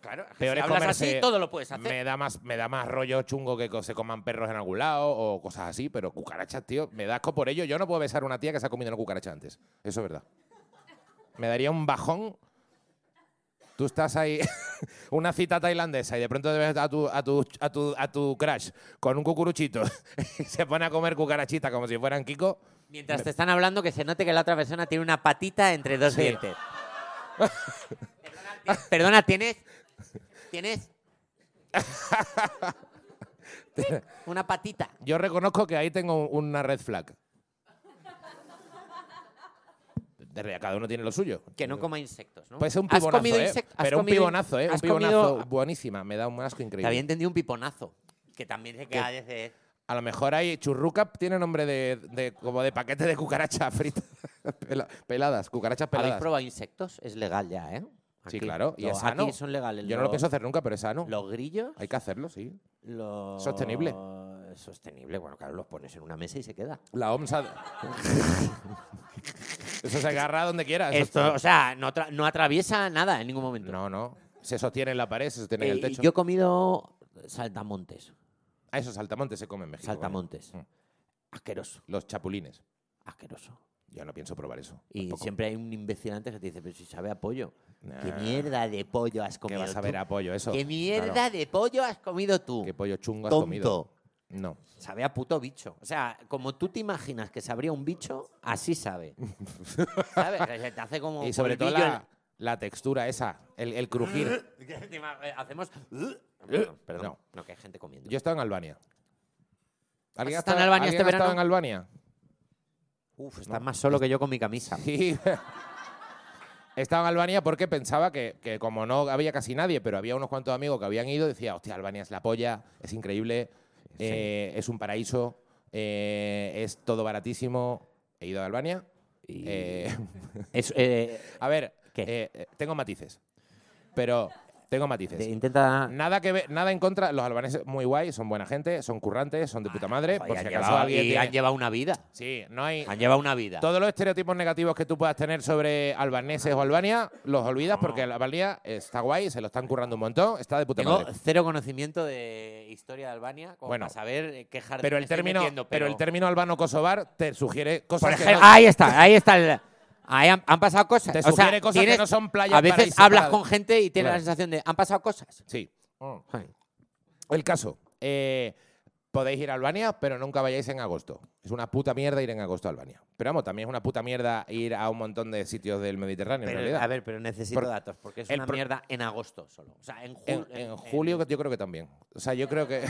[SPEAKER 1] Claro, es que
[SPEAKER 2] Peor
[SPEAKER 1] si
[SPEAKER 2] es
[SPEAKER 1] hablas
[SPEAKER 2] comerse-
[SPEAKER 1] así, todo lo puedes hacer.
[SPEAKER 2] Me da, más, me da más rollo chungo que co- se coman perros en algún lado o cosas así, pero cucarachas, tío, me da asco por ello. Yo no puedo besar a una tía que se ha comido una cucaracha antes. Eso es verdad. Me daría un bajón. Tú estás ahí, una cita tailandesa, y de pronto te ves a tu, a tu, a tu, a tu crush con un cucuruchito y se pone a comer cucarachita como si fueran Kiko.
[SPEAKER 1] Mientras te están hablando, que se note que la otra persona tiene una patita entre dos
[SPEAKER 2] Sí.
[SPEAKER 1] dientes. Perdona, ti- Perdona, ¿tienes? ¿Tienes? una patita.
[SPEAKER 2] Yo reconozco que ahí tengo una red flag. De re- Cada uno tiene lo suyo.
[SPEAKER 1] Que no coma insectos, ¿no?
[SPEAKER 2] Pues es un
[SPEAKER 1] ¿Has
[SPEAKER 2] pibonazo,
[SPEAKER 1] comido
[SPEAKER 2] ¿eh?
[SPEAKER 1] insect- has
[SPEAKER 2] Pero un
[SPEAKER 1] comido-
[SPEAKER 2] pibonazo, ¿eh? Un
[SPEAKER 1] has
[SPEAKER 2] pibonazo
[SPEAKER 1] comido-
[SPEAKER 2] buenísima. Me da un asco increíble.
[SPEAKER 1] Te había entendido un piponazo. Que también se queda desde...
[SPEAKER 2] A lo mejor hay churruca, tiene nombre de, de- como de paquete de cucarachas fritas. Pela- peladas, cucarachas
[SPEAKER 1] ¿Habéis
[SPEAKER 2] peladas.
[SPEAKER 1] probado insectos? Es legal ya, ¿eh?
[SPEAKER 2] Sí,
[SPEAKER 1] Aquí.
[SPEAKER 2] claro. Y
[SPEAKER 1] Lo-
[SPEAKER 2] es sano.
[SPEAKER 1] Aquí son legales.
[SPEAKER 2] Yo no lo
[SPEAKER 1] los-
[SPEAKER 2] pienso hacer nunca, pero es sano.
[SPEAKER 1] Los grillos,
[SPEAKER 2] Hay que hacerlo, sí.
[SPEAKER 1] lo...
[SPEAKER 2] Sostenible.
[SPEAKER 1] Sostenible, bueno, claro, los pones en una mesa y se queda.
[SPEAKER 2] La OMS. ha- Eso se agarra donde quieras.
[SPEAKER 1] Esto, o sea, no, tra- no atraviesa nada en ningún momento.
[SPEAKER 2] Ah, No, no. Se sostiene en la pared, se sostiene en
[SPEAKER 1] Eh,
[SPEAKER 2] el techo.
[SPEAKER 1] yo he comido saltamontes.
[SPEAKER 2] A esos saltamontes se comen en México. ¿eh?
[SPEAKER 1] Saltamontes.
[SPEAKER 2] Mm.
[SPEAKER 1] Asqueroso,
[SPEAKER 2] Los chapulines.
[SPEAKER 1] asqueroso.
[SPEAKER 2] Yo no pienso probar eso.
[SPEAKER 1] Y
[SPEAKER 2] tampoco.
[SPEAKER 1] siempre hay un imbécil antes que te dice, pero si sabe a pollo. ¿Qué
[SPEAKER 2] Nah.
[SPEAKER 1] mierda de pollo has
[SPEAKER 2] ¿Qué
[SPEAKER 1] comido
[SPEAKER 2] vas a
[SPEAKER 1] tú?
[SPEAKER 2] ver apoyo eso?
[SPEAKER 1] ¿Qué
[SPEAKER 2] Claro.
[SPEAKER 1] mierda de pollo has comido tú?
[SPEAKER 2] ¿Qué pollo chungo has
[SPEAKER 1] Tonto.
[SPEAKER 2] comido? No.
[SPEAKER 1] Sabe a puto bicho. O sea, como tú te imaginas que sabría un bicho, así sabe. ¿Sabes? Que se te hace como
[SPEAKER 2] Y sobre todo
[SPEAKER 1] polvillo
[SPEAKER 2] la, la textura esa, el, el crujir.
[SPEAKER 1] en- que te ima- eh, Hacemos... Perdón, perdón.
[SPEAKER 2] Eh, No.
[SPEAKER 1] No. que hay gente comiendo.
[SPEAKER 2] Yo he estado en Albania. ¿Alguien ha
[SPEAKER 1] estado en
[SPEAKER 2] estado-
[SPEAKER 1] Albania
[SPEAKER 2] alguien
[SPEAKER 1] este
[SPEAKER 2] ha estado
[SPEAKER 1] verano?
[SPEAKER 2] en Albania?
[SPEAKER 1] Uf, estás más solo que yo con mi camisa.
[SPEAKER 2] Sí. He estado en Albania porque pensaba que, que como no había casi nadie, pero había unos cuantos amigos que habían ido, decía, hostia, Albania es la polla, es increíble, eh, es un paraíso, eh, es todo baratísimo. He ido a Albania.
[SPEAKER 1] Y-
[SPEAKER 2] eh,
[SPEAKER 1] Es, eh,
[SPEAKER 2] a ver,
[SPEAKER 1] ¿Qué?
[SPEAKER 2] eh, eh, tengo matices, pero tengo matices.
[SPEAKER 1] te intenta...
[SPEAKER 2] Nada que ver- nada en contra. Los albaneses muy guay, son buena gente, son currantes, son de puta madre.
[SPEAKER 1] Ah, Joder,
[SPEAKER 2] por
[SPEAKER 1] han
[SPEAKER 2] si acaso
[SPEAKER 1] llevado-
[SPEAKER 2] alguien
[SPEAKER 1] y
[SPEAKER 2] tiene-
[SPEAKER 1] han llevado una vida.
[SPEAKER 2] Sí, no hay.
[SPEAKER 1] Han llevado una vida.
[SPEAKER 2] Todos los estereotipos negativos que tú puedas tener sobre albaneses o Albania, los olvidas porque Albania está guay, se lo están currando un montón, está de puta
[SPEAKER 1] Tengo
[SPEAKER 2] madre.
[SPEAKER 1] cero conocimiento de historia de Albania como
[SPEAKER 2] Bueno.
[SPEAKER 1] para saber eh, qué jardín
[SPEAKER 2] Pero el
[SPEAKER 1] estoy
[SPEAKER 2] término,
[SPEAKER 1] metiendo,
[SPEAKER 2] pero el término albano kosovar te sugiere cosas
[SPEAKER 1] Por
[SPEAKER 2] que
[SPEAKER 1] ejemplo,
[SPEAKER 2] no-
[SPEAKER 1] ahí está, ahí está. el- ahí han, han pasado cosas.
[SPEAKER 2] Te
[SPEAKER 1] O sea,
[SPEAKER 2] sugiere cosas que
[SPEAKER 1] tienes-
[SPEAKER 2] no son playas
[SPEAKER 1] A veces
[SPEAKER 2] paraíso-
[SPEAKER 1] hablas
[SPEAKER 2] para-
[SPEAKER 1] con gente y tienes
[SPEAKER 2] Claro.
[SPEAKER 1] la sensación de han pasado cosas.
[SPEAKER 2] Sí. El caso. eh, podéis ir a Albania, pero nunca vayáis en agosto. Es una puta mierda ir en agosto a Albania. Pero vamos, también es una puta mierda ir a un montón de sitios del Mediterráneo, en
[SPEAKER 1] Pero,
[SPEAKER 2] realidad.
[SPEAKER 1] a ver, pero necesito
[SPEAKER 2] Por-
[SPEAKER 1] datos porque es
[SPEAKER 2] el
[SPEAKER 1] una
[SPEAKER 2] pro-
[SPEAKER 1] mierda en agosto solo. O sea, en, Ah. ju-
[SPEAKER 2] en, en julio yo creo que también. O sea, yo creo que...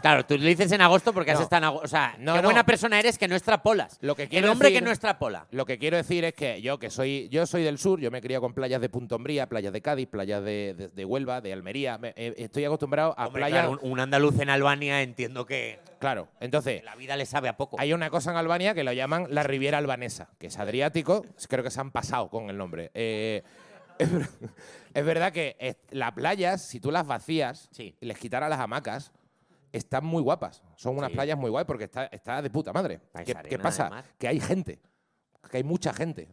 [SPEAKER 1] Claro, tú le dices en agosto porque has
[SPEAKER 2] No.
[SPEAKER 1] estado en agosto. O sea,
[SPEAKER 2] No,
[SPEAKER 1] qué
[SPEAKER 2] no.
[SPEAKER 1] buena persona eres que no extrapolas.
[SPEAKER 2] Lo que
[SPEAKER 1] el
[SPEAKER 2] quiero
[SPEAKER 1] hombre
[SPEAKER 2] decir-
[SPEAKER 1] que no extrapola.
[SPEAKER 2] Lo que quiero decir es que yo, que soy, yo soy del sur, yo me he criado con playas de Punta Umbría, playas de Cádiz, playas de, de- de Huelva, de Almería. Me- eh, estoy acostumbrado a
[SPEAKER 1] Hombre,
[SPEAKER 2] playas...
[SPEAKER 1] claro, un, un andaluz en Albania entiendo que
[SPEAKER 2] claro, entonces...
[SPEAKER 1] la vida le sabe a poco.
[SPEAKER 2] Pues Hay una cosa en Albania que lo llaman la Riviera Albanesa, que es Adriático, creo que se han pasado con el nombre. Eh, es, ver- es verdad que es- las playas, si tú las vacías
[SPEAKER 1] Sí.
[SPEAKER 2] y les quitaras las hamacas, están muy guapas. Son unas
[SPEAKER 1] Sí.
[SPEAKER 2] playas muy guay porque está, está de puta madre.
[SPEAKER 1] Hay
[SPEAKER 2] ¿Qué,
[SPEAKER 1] arena
[SPEAKER 2] qué
[SPEAKER 1] de
[SPEAKER 2] pasa?
[SPEAKER 1] mar.
[SPEAKER 2] Que hay gente, que hay mucha gente.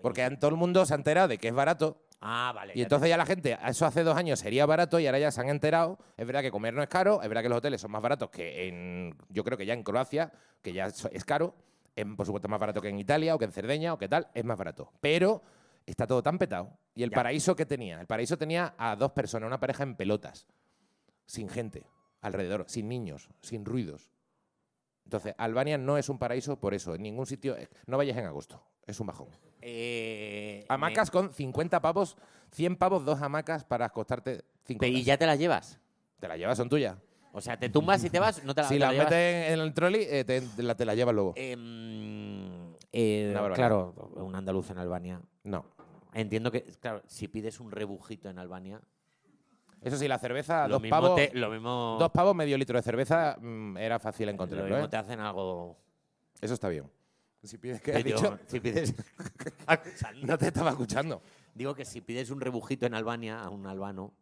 [SPEAKER 2] Porque todo el mundo se ha enterado de que es barato
[SPEAKER 1] Ah, vale.
[SPEAKER 2] y
[SPEAKER 1] ya
[SPEAKER 2] entonces ya la gente, eso hace dos años sería barato y ahora ya se han enterado. Es verdad que comer no es caro, es verdad que los hoteles son más baratos que en, yo creo que ya en Croacia, que ya es es caro. Es, por supuesto, más barato que en Italia o que en Cerdeña o que tal, es más barato. Pero está todo tan petado. ¿Y el
[SPEAKER 1] Ya.
[SPEAKER 2] paraíso qué tenía? El paraíso tenía a dos personas, una pareja en pelotas, sin gente alrededor, sin niños, sin ruidos. Entonces, Albania no es un paraíso por eso. En ningún sitio. eh, No vayas en agosto. Es un bajón.
[SPEAKER 1] Eh,
[SPEAKER 2] Hamacas con 50 pavos, 100 pavos, dos hamacas para acostarte
[SPEAKER 1] me-
[SPEAKER 2] 5
[SPEAKER 1] te- y ya te la llevas.
[SPEAKER 2] Te la llevas, son tuyas.
[SPEAKER 1] O sea, te tumbas y te vas, no te la,
[SPEAKER 2] si
[SPEAKER 1] te
[SPEAKER 2] la,
[SPEAKER 1] la llevas. Eh,
[SPEAKER 2] metes en el trolley, eh, te, te la, te la llevas luego.
[SPEAKER 1] Em, eh,
[SPEAKER 2] Una barbaridad.
[SPEAKER 1] claro, un andaluz en Albania.
[SPEAKER 2] No.
[SPEAKER 1] Entiendo que, claro, si pides un rebujito en Albania,
[SPEAKER 2] Eso sí, la
[SPEAKER 1] lo
[SPEAKER 2] cerveza, Ah, dos
[SPEAKER 1] mismo,
[SPEAKER 2] pavos,
[SPEAKER 1] te, lo mismo,
[SPEAKER 2] dos pavos, medio litro de cerveza, mm, era fácil
[SPEAKER 1] lo
[SPEAKER 2] encontrarlo.
[SPEAKER 1] mismo
[SPEAKER 2] ¿eh?
[SPEAKER 1] te hacen algo.
[SPEAKER 2] Eso está bien. Si pides que
[SPEAKER 1] Pero si pides.
[SPEAKER 2] no te estaba escuchando.
[SPEAKER 1] Digo que si pides un rebujito en Albania a un albano.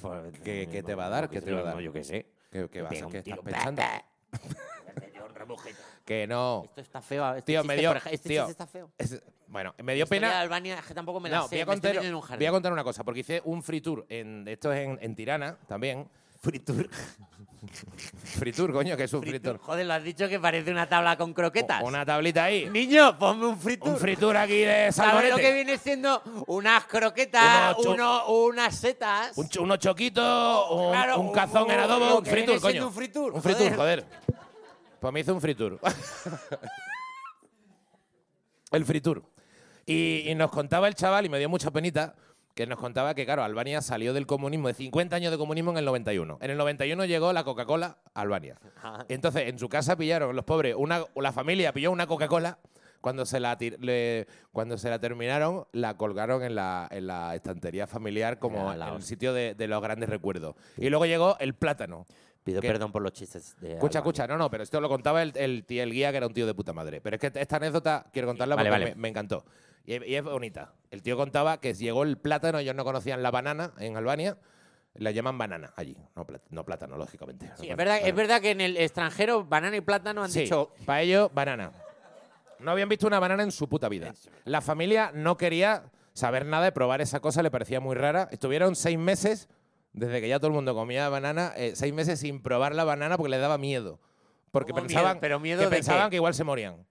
[SPEAKER 1] pues,
[SPEAKER 2] ¿Qué-
[SPEAKER 1] lo
[SPEAKER 2] qué te
[SPEAKER 1] mismo,
[SPEAKER 2] va a dar?
[SPEAKER 1] lo que
[SPEAKER 2] ¿Qué
[SPEAKER 1] se-
[SPEAKER 2] te va a
[SPEAKER 1] lo
[SPEAKER 2] dar?
[SPEAKER 1] mismo, Yo qué sé.
[SPEAKER 2] ¿Qué,
[SPEAKER 1] Me
[SPEAKER 2] qué vas
[SPEAKER 1] pega
[SPEAKER 2] a
[SPEAKER 1] un
[SPEAKER 2] ¿Qué
[SPEAKER 1] tiro,
[SPEAKER 2] estás pensando?
[SPEAKER 1] ¡placa! Me dio un rebujito.
[SPEAKER 2] Que no.
[SPEAKER 1] Esto está feo. Este
[SPEAKER 2] Tío,
[SPEAKER 1] chiste,
[SPEAKER 2] me dio-
[SPEAKER 1] por ej- este
[SPEAKER 2] tío,
[SPEAKER 1] chiste está feo.
[SPEAKER 2] Es- bueno, me
[SPEAKER 1] La
[SPEAKER 2] dio
[SPEAKER 1] historia de
[SPEAKER 2] pena.
[SPEAKER 1] Albania es que tampoco me la
[SPEAKER 2] No,
[SPEAKER 1] sé.
[SPEAKER 2] voy a,
[SPEAKER 1] me estoy
[SPEAKER 2] contar,
[SPEAKER 1] metiendo en un jardín.
[SPEAKER 2] voy a contar una cosa, porque hice un free tour. En, esto es en, en Tirana también.
[SPEAKER 1] Fritur.
[SPEAKER 2] Free tour, coño, que es un free tour.
[SPEAKER 1] Joder, lo has dicho que parece una tabla con croquetas.
[SPEAKER 2] Una tablita ahí.
[SPEAKER 1] Niño, ponme un fritur.
[SPEAKER 2] Un free tour aquí de
[SPEAKER 1] ¿Sabes lo que
[SPEAKER 2] salmonete.
[SPEAKER 1] viene siendo? Unas croquetas,
[SPEAKER 2] Unos chu-
[SPEAKER 1] uno- unas setas.
[SPEAKER 2] Un cho- unos choquitos, un,
[SPEAKER 1] Claro,
[SPEAKER 2] un cazón en adobo,
[SPEAKER 1] lo
[SPEAKER 2] un
[SPEAKER 1] que
[SPEAKER 2] free
[SPEAKER 1] viene
[SPEAKER 2] tour,
[SPEAKER 1] siendo
[SPEAKER 2] coño.
[SPEAKER 1] un free tour,
[SPEAKER 2] Un free
[SPEAKER 1] joder.
[SPEAKER 2] tour, joder. Pues me hice un free tour. el free tour. Y, y nos contaba el chaval, y me dio mucha penita, que nos contaba que, claro, Albania salió del comunismo, de 50 años de comunismo en el 91. En el 91 llegó la Coca-Cola a Albania.
[SPEAKER 1] Ah.
[SPEAKER 2] Entonces, en su casa pillaron los pobres, una, o la familia pilló una Coca-Cola. Cuando se, la tir- le- cuando se la terminaron, la colgaron en la, en la estantería familiar como
[SPEAKER 1] Era la
[SPEAKER 2] en el
[SPEAKER 1] hostia.
[SPEAKER 2] sitio de, de los grandes recuerdos. Y luego llegó el plátano.
[SPEAKER 1] Pido
[SPEAKER 2] ¿Qué?
[SPEAKER 1] perdón por los chistes de Albania.
[SPEAKER 2] Escucha, escucha, no, no, pero esto lo contaba el, el, tío- el guía que era un tío de puta madre. Pero es que esta anécdota quiero contarla
[SPEAKER 1] Vale,
[SPEAKER 2] porque
[SPEAKER 1] vale.
[SPEAKER 2] Me, me encantó. Y, es- y es bonita. El tío contaba que llegó el plátano, ellos no conocían la banana en Albania, la llaman banana allí, no, plat- no plátano, lógicamente.
[SPEAKER 1] Sí, es, verdad, es verdad que en el extranjero banana y plátano han dicho...
[SPEAKER 2] para ellos, banana. No habían visto una banana en su puta vida. La familia no quería saber nada de probar esa cosa, le parecía muy rara. Estuvieron seis meses, desde que ya todo el mundo comía banana, eh, seis meses sin probar la banana porque les daba miedo. Porque
[SPEAKER 1] ¿Cómo
[SPEAKER 2] pensaban,
[SPEAKER 1] miedo? ¿Pero miedo
[SPEAKER 2] que,
[SPEAKER 1] de
[SPEAKER 2] pensaban
[SPEAKER 1] qué?
[SPEAKER 2] que igual se morían.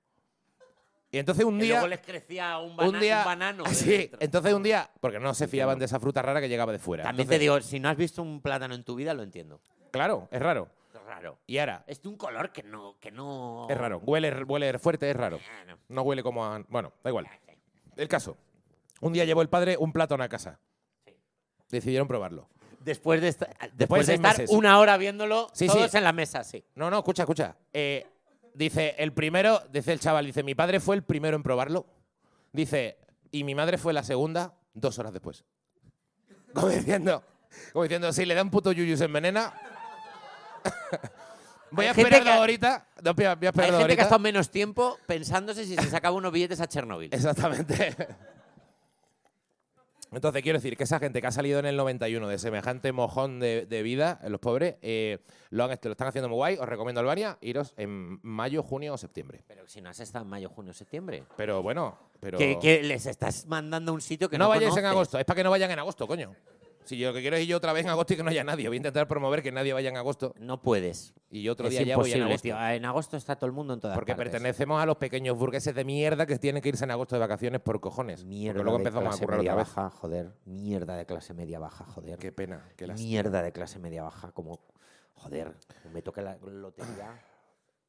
[SPEAKER 2] Y entonces un
[SPEAKER 1] Y
[SPEAKER 2] día...
[SPEAKER 1] luego les crecía un, bana-
[SPEAKER 2] un día,
[SPEAKER 1] un banano. de
[SPEAKER 2] Sí,
[SPEAKER 1] dentro.
[SPEAKER 2] entonces un día, porque no se fiaban de esa fruta rara que llegaba de fuera.
[SPEAKER 1] También te
[SPEAKER 2] Entonces,
[SPEAKER 1] digo, si no has visto un plátano en tu vida, lo entiendo.
[SPEAKER 2] Claro, es raro.
[SPEAKER 1] Es raro.
[SPEAKER 2] Y ahora,
[SPEAKER 1] Es de un color que no... Que no...
[SPEAKER 2] es raro. Huele, huele fuerte, es raro.
[SPEAKER 1] Ah, no.
[SPEAKER 2] No huele como a. Bueno, da igual. El caso. Un día llevó el padre un plátano a casa.
[SPEAKER 1] Sí.
[SPEAKER 2] Decidieron probarlo.
[SPEAKER 1] Después de, esta- después
[SPEAKER 2] Eh, Después de
[SPEAKER 1] de
[SPEAKER 2] seis
[SPEAKER 1] estar
[SPEAKER 2] meses.
[SPEAKER 1] una hora viéndolo,
[SPEAKER 2] Sí,
[SPEAKER 1] todos
[SPEAKER 2] sí.
[SPEAKER 1] en la mesa, sí.
[SPEAKER 2] No, no, escucha, escucha. Eh, dice, el primero, dice el chaval, dice, mi padre fue el primero en probarlo. Dice, y mi madre fue la segunda dos horas después. Como diciendo, como diciendo, si le dan puto yuyu se envenena. voy a
[SPEAKER 1] Hay gente
[SPEAKER 2] esperar
[SPEAKER 1] que
[SPEAKER 2] dos
[SPEAKER 1] ha-
[SPEAKER 2] horitas. No, voy a voy a
[SPEAKER 1] Hay
[SPEAKER 2] esperar dos
[SPEAKER 1] gente que ha
[SPEAKER 2] horitas.
[SPEAKER 1] estado menos tiempo pensándose si se sacaba unos billetes a Chernobyl.
[SPEAKER 2] Exactamente. Entonces, quiero decir que esa gente que ha salido en el 91 de semejante mojón de, de vida, eh, los pobres, eh, lo, han, lo están haciendo muy guay. Os recomiendo Albania, iros en mayo, junio o septiembre.
[SPEAKER 1] Pero si no has estado en mayo, junio, septiembre.
[SPEAKER 2] Pero bueno, pero.
[SPEAKER 1] Que, que les estás mandando a un sitio que
[SPEAKER 2] no,
[SPEAKER 1] no,
[SPEAKER 2] vayáis en
[SPEAKER 1] conoces.
[SPEAKER 2] agosto, es para que no vayan en agosto, coño. Si yo lo que quiero es ir yo otra vez en agosto y que no haya nadie. Voy a intentar promover que nadie vaya en agosto
[SPEAKER 1] No puedes.
[SPEAKER 2] y yo otro
[SPEAKER 1] es
[SPEAKER 2] día ya voy en
[SPEAKER 1] imposible,
[SPEAKER 2] agosto.
[SPEAKER 1] tío. Ah, En agosto está todo el mundo en todas
[SPEAKER 2] Porque
[SPEAKER 1] partes.
[SPEAKER 2] pertenecemos a los pequeños burgueses de mierda que tienen que irse en agosto de vacaciones por cojones.
[SPEAKER 1] Mierda
[SPEAKER 2] porque luego
[SPEAKER 1] de
[SPEAKER 2] empezamos a
[SPEAKER 1] clase
[SPEAKER 2] currar
[SPEAKER 1] media
[SPEAKER 2] otra vez.
[SPEAKER 1] baja, joder. Mierda de clase media baja, joder.
[SPEAKER 2] Qué pena, qué lástima.
[SPEAKER 1] Mierda de clase media baja, como... Joder, como me toque la lotería...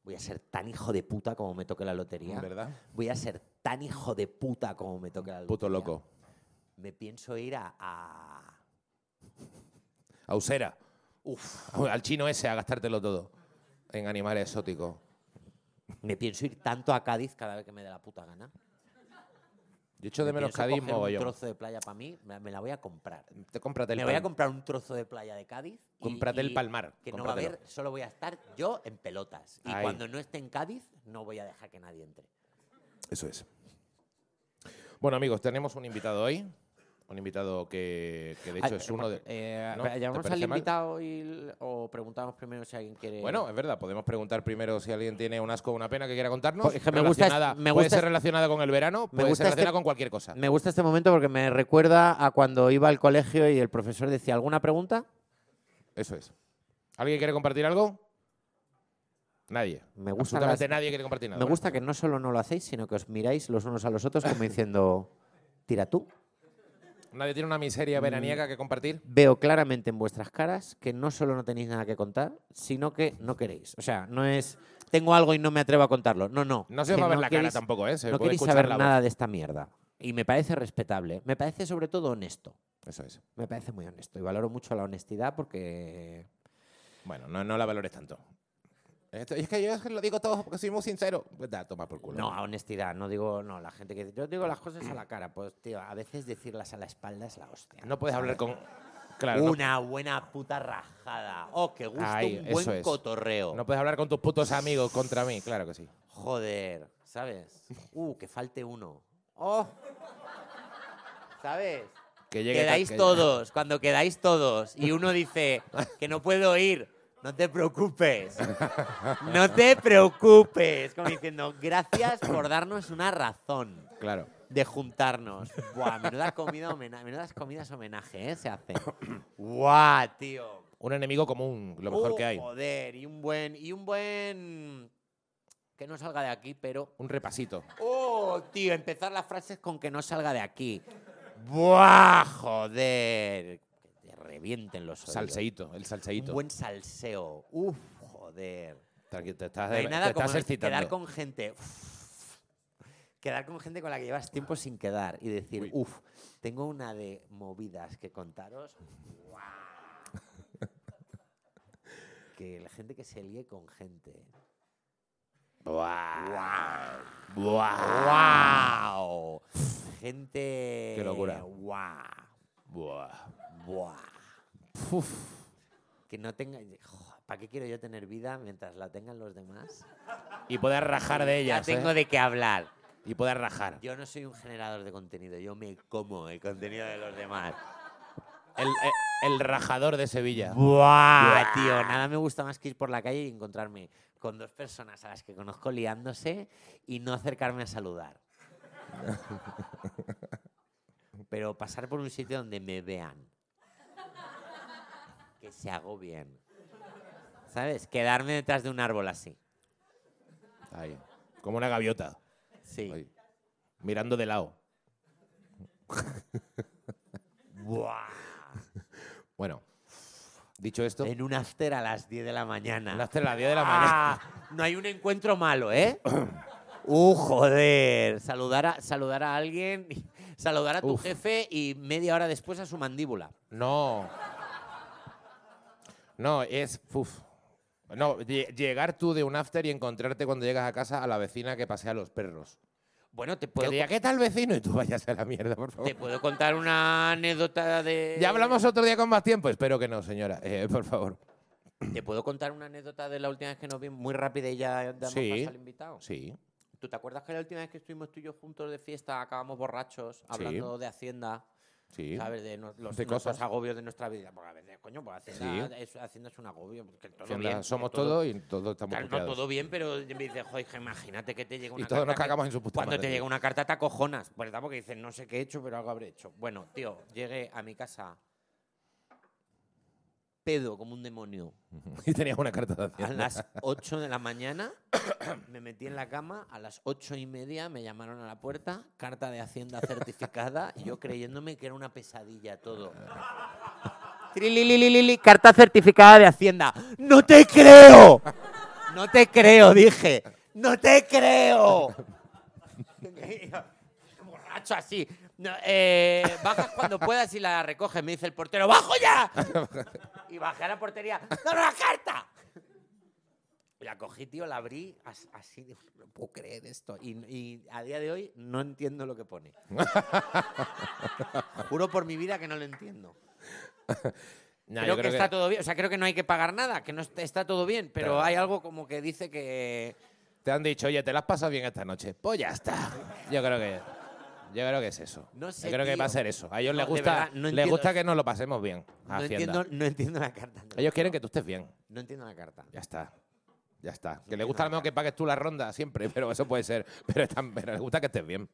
[SPEAKER 1] Voy a ser tan hijo de puta como me toque la lotería.
[SPEAKER 2] ¿Verdad?
[SPEAKER 1] Voy a ser tan hijo de puta como me toque la lotería.
[SPEAKER 2] Puto loco.
[SPEAKER 1] Me pienso ir a... a-
[SPEAKER 2] Ausera. Uf. Al chino ese a gastártelo todo. En animales exóticos.
[SPEAKER 1] Me pienso ir tanto a Cádiz cada vez que me dé la puta gana.
[SPEAKER 2] Yo echo de menos
[SPEAKER 1] Pienso
[SPEAKER 2] Cádiz
[SPEAKER 1] coger Un
[SPEAKER 2] mogollón.
[SPEAKER 1] trozo de playa para mí, me me la voy a comprar.
[SPEAKER 2] Te cómprate el
[SPEAKER 1] me voy a
[SPEAKER 2] pan.
[SPEAKER 1] comprar un trozo de playa de Cádiz. y-
[SPEAKER 2] Cómprate el
[SPEAKER 1] y
[SPEAKER 2] palmar,
[SPEAKER 1] Que no va a haber,
[SPEAKER 2] cómpratelo.
[SPEAKER 1] solo voy a estar yo en pelotas. Y
[SPEAKER 2] Ahí.
[SPEAKER 1] cuando no esté en Cádiz, no voy a dejar que nadie entre.
[SPEAKER 2] Eso es. Bueno, amigos, tenemos un invitado hoy. Un invitado que, que de hecho
[SPEAKER 1] Ah,
[SPEAKER 2] es uno de.
[SPEAKER 1] eh,
[SPEAKER 2] ¿no?
[SPEAKER 1] espera,
[SPEAKER 2] ¿Te
[SPEAKER 1] ¿Llamamos al
[SPEAKER 2] parece mal?
[SPEAKER 1] invitado y l- o preguntamos primero si alguien quiere.
[SPEAKER 2] Bueno, es verdad, podemos preguntar primero si alguien tiene un asco o una pena que quiera contarnos.
[SPEAKER 1] Porque es que me gusta es-
[SPEAKER 2] Relacionada-
[SPEAKER 1] me
[SPEAKER 2] puede
[SPEAKER 1] gusta
[SPEAKER 2] ser
[SPEAKER 1] es-
[SPEAKER 2] relacionada con el verano, puede
[SPEAKER 1] gusta
[SPEAKER 2] ser
[SPEAKER 1] este-
[SPEAKER 2] relacionada con cualquier cosa.
[SPEAKER 1] me gusta este momento porque me recuerda a cuando iba al colegio y el profesor decía: ¿Alguna pregunta?
[SPEAKER 2] Eso es. ¿Alguien quiere compartir algo? Nadie.
[SPEAKER 3] Me gusta
[SPEAKER 2] Absolutamente
[SPEAKER 3] las-
[SPEAKER 2] nadie quiere compartir nada.
[SPEAKER 3] Me gusta que no solo no lo hacéis, sino que os miráis los unos a los otros como diciendo, tira tú.
[SPEAKER 2] Nadie tiene una
[SPEAKER 1] Mm.
[SPEAKER 2] miseria veraniega que compartir.
[SPEAKER 3] Veo claramente en vuestras caras que no solo no tenéis nada que contar, sino que no queréis. O sea, no es, tengo algo y no me atrevo a contarlo. No, no.
[SPEAKER 2] No se
[SPEAKER 3] que
[SPEAKER 2] va a ver la cara
[SPEAKER 3] queréis-
[SPEAKER 2] tampoco, ¿eh? Se
[SPEAKER 3] no
[SPEAKER 2] puede
[SPEAKER 3] queréis
[SPEAKER 2] escuchar
[SPEAKER 3] saber
[SPEAKER 2] la voz.
[SPEAKER 3] nada de esta mierda. Y me parece respetable. Me parece sobre todo honesto.
[SPEAKER 2] Eso es.
[SPEAKER 3] Me parece muy honesto. Y valoro mucho la honestidad porque...
[SPEAKER 2] Bueno, no, no la valores tanto. Esto- es que yo es que lo digo todo porque soy muy sincero. Pues da, toma por culo.
[SPEAKER 3] No, a honestidad. No digo, no, la gente que... Yo digo las cosas a la cara. Pues, tío, a veces decirlas a la espalda es la hostia.
[SPEAKER 2] No puedes hablar con. Claro. no-
[SPEAKER 1] Una buena puta rajada. Oh, qué gusto,
[SPEAKER 2] Ahí,
[SPEAKER 1] un buen
[SPEAKER 2] eso es.
[SPEAKER 1] cotorreo.
[SPEAKER 2] No, puedes hablar con tus putos amigos contra mí, claro que sí.
[SPEAKER 1] Joder, ¿sabes? Uh, que falte uno. Oh. ¿Sabes?
[SPEAKER 2] Que llegue
[SPEAKER 1] Quedáis
[SPEAKER 2] tal- que-
[SPEAKER 1] todos, cuando quedáis todos y uno dice que no puedo ir, no te preocupes. No te preocupes. Como diciendo, gracias por darnos una razón
[SPEAKER 2] Claro.
[SPEAKER 1] de juntarnos. Buah, menuda comida homena- menudas comidas homenaje, ¿eh? Se hace. Guau, tío.
[SPEAKER 2] Un enemigo común, lo mejor
[SPEAKER 1] Uh,
[SPEAKER 2] que hay.
[SPEAKER 1] Joder, y un buen. Y un buen. Que no salga de aquí, pero.
[SPEAKER 2] Un repasito.
[SPEAKER 1] Oh, tío, empezar las frases con que no salga de aquí. ¡Buah, joder! Que te revienten los oídos.
[SPEAKER 2] Salseíto, el
[SPEAKER 1] Un
[SPEAKER 2] salseíto.
[SPEAKER 1] buen salseo. Uf, joder.
[SPEAKER 2] Tranqui- Te estás,
[SPEAKER 1] No hay
[SPEAKER 2] te
[SPEAKER 1] nada
[SPEAKER 2] estás
[SPEAKER 1] como quedar
[SPEAKER 2] excitando.
[SPEAKER 1] con gente. uf, quedar con gente con la que llevas tiempo sin quedar y decir,
[SPEAKER 2] Uy.
[SPEAKER 1] uff, tengo una de movidas que contaros. ¡Guau! que la gente que se líe con gente.
[SPEAKER 2] Buah. Buah.
[SPEAKER 1] ¡Wow! Gente.
[SPEAKER 2] Qué locura.
[SPEAKER 1] ¡Wow!
[SPEAKER 2] Buah.
[SPEAKER 1] ¡Buah!
[SPEAKER 2] Uf.
[SPEAKER 1] Que no tenga. ¿Para qué quiero yo tener vida mientras la tengan los demás?
[SPEAKER 2] Y poder rajar de
[SPEAKER 1] Ya
[SPEAKER 2] ellas. ¿eh?
[SPEAKER 1] tengo de qué hablar.
[SPEAKER 2] Y poder rajar.
[SPEAKER 1] Yo no soy un generador de contenido, yo me como el contenido de los demás.
[SPEAKER 2] El, eh, el- el rajador de Sevilla.
[SPEAKER 1] ¡Buah! Tío, nada me gusta más que ir por la calle y encontrarme con dos personas a las que conozco liándose y no acercarme a saludar. Pero pasar por un sitio donde me vean. Que se hago bien. ¿Sabes? Quedarme detrás de un árbol así.
[SPEAKER 2] Ahí. Como una gaviota.
[SPEAKER 1] Sí.
[SPEAKER 2] Ahí. Mirando de lado.
[SPEAKER 1] ¡Buah!
[SPEAKER 2] Bueno, dicho esto,
[SPEAKER 1] En un after a las 10 de la mañana.
[SPEAKER 2] las tres, las 10 de la mañana.
[SPEAKER 1] Ah, no hay un encuentro malo, ¿eh? Uh, joder. Saludar a, saludar a alguien, saludar a tu
[SPEAKER 2] Uf.
[SPEAKER 1] jefe y media hora después a su mandíbula.
[SPEAKER 2] No. No, es. uf. No, lle- llegar tú de un after y encontrarte cuando llegas a casa a la vecina que pasea a los perros.
[SPEAKER 1] Bueno, te
[SPEAKER 2] Que
[SPEAKER 1] puedo,
[SPEAKER 2] diga, ¿qué tal vecino? Y tú vayas a la mierda, por favor.
[SPEAKER 1] te puedo contar una anécdota de.
[SPEAKER 2] Ya hablamos otro día con más tiempo. Espero que no, señora. Eh, por favor.
[SPEAKER 1] Te puedo contar una anécdota de la última vez que nos vimos muy rápida y ya damos
[SPEAKER 2] Sí.
[SPEAKER 1] paso al invitado.
[SPEAKER 2] Sí.
[SPEAKER 1] ¿Tú te acuerdas que la última vez que estuvimos tú y yo juntos de fiesta acabamos borrachos hablando de Hacienda?
[SPEAKER 2] Sí.
[SPEAKER 1] ¿Sabes? De no- los
[SPEAKER 2] De
[SPEAKER 1] nuestros
[SPEAKER 2] cosas.
[SPEAKER 1] agobios de nuestra vida. Porque a veces, coño, pues Hacienda,
[SPEAKER 2] Sí.
[SPEAKER 1] es, Hacienda es un agobio. porque todo
[SPEAKER 2] Fienda,
[SPEAKER 1] bien,
[SPEAKER 2] somos
[SPEAKER 1] todo-
[SPEAKER 2] todos y todos estamos
[SPEAKER 1] Claro, no
[SPEAKER 2] puteados.
[SPEAKER 1] todo bien, pero me dice, joder, que imagínate que te llega una
[SPEAKER 2] Y todos nos
[SPEAKER 1] carta que-
[SPEAKER 2] cagamos en su puta
[SPEAKER 1] Cuando
[SPEAKER 2] madre,
[SPEAKER 1] te
[SPEAKER 2] tío.
[SPEAKER 1] llega una carta te acojonas, ¿verdad? Porque dices, no sé qué he hecho, pero algo habré hecho. Bueno, tío, llegué a mi casa pedo como un demonio.
[SPEAKER 2] Y tenías una carta de
[SPEAKER 1] A
[SPEAKER 2] Hacienda.
[SPEAKER 1] las 8 de la mañana me metí en la cama, a las 8 y media me llamaron a la puerta, carta de Hacienda certificada, y yo creyéndome que era una pesadilla todo. Trilililili, carta certificada de Hacienda. ¡No te creo! ¡No te creo! Dije. ¡No te creo! Borracho así. No, eh, bajas cuando puedas y la recoges. Me dice el portero, ¡bajo ya! Y bajé a la portería, ¡dame la carta! La cogí, tío, la abrí as- así, digo, no puedo creer esto. Y, y a día de hoy no entiendo lo que pone. Juro por mi vida que no lo entiendo.
[SPEAKER 2] Nah,
[SPEAKER 1] creo,
[SPEAKER 2] yo
[SPEAKER 1] que, está todo bien, o sea, creo que no hay que pagar nada, que no est- está todo bien, pero
[SPEAKER 2] Claro.
[SPEAKER 1] hay algo como que dice que
[SPEAKER 2] Te han dicho, oye, te las pasas bien esta noche. Pues ya está. Yo creo que, yo creo que es eso.
[SPEAKER 1] No sé,
[SPEAKER 2] yo creo que
[SPEAKER 1] tío.
[SPEAKER 2] va a ser eso. A ellos
[SPEAKER 1] No,
[SPEAKER 2] les
[SPEAKER 1] de
[SPEAKER 2] gusta,
[SPEAKER 1] verdad, no
[SPEAKER 2] les
[SPEAKER 1] entiendo.
[SPEAKER 2] gusta que nos lo pasemos bien. a
[SPEAKER 1] no
[SPEAKER 2] Hacienda.
[SPEAKER 1] entiendo, no entiendo la carta. te lo
[SPEAKER 2] Ellos quieren
[SPEAKER 1] juro.
[SPEAKER 2] que tú estés bien.
[SPEAKER 1] No entiendo la carta.
[SPEAKER 2] Ya está. Ya está. Que les gusta a lo mejor que pagues tú la ronda siempre, pero eso puede ser. Pero, están- pero les gusta que estés bien.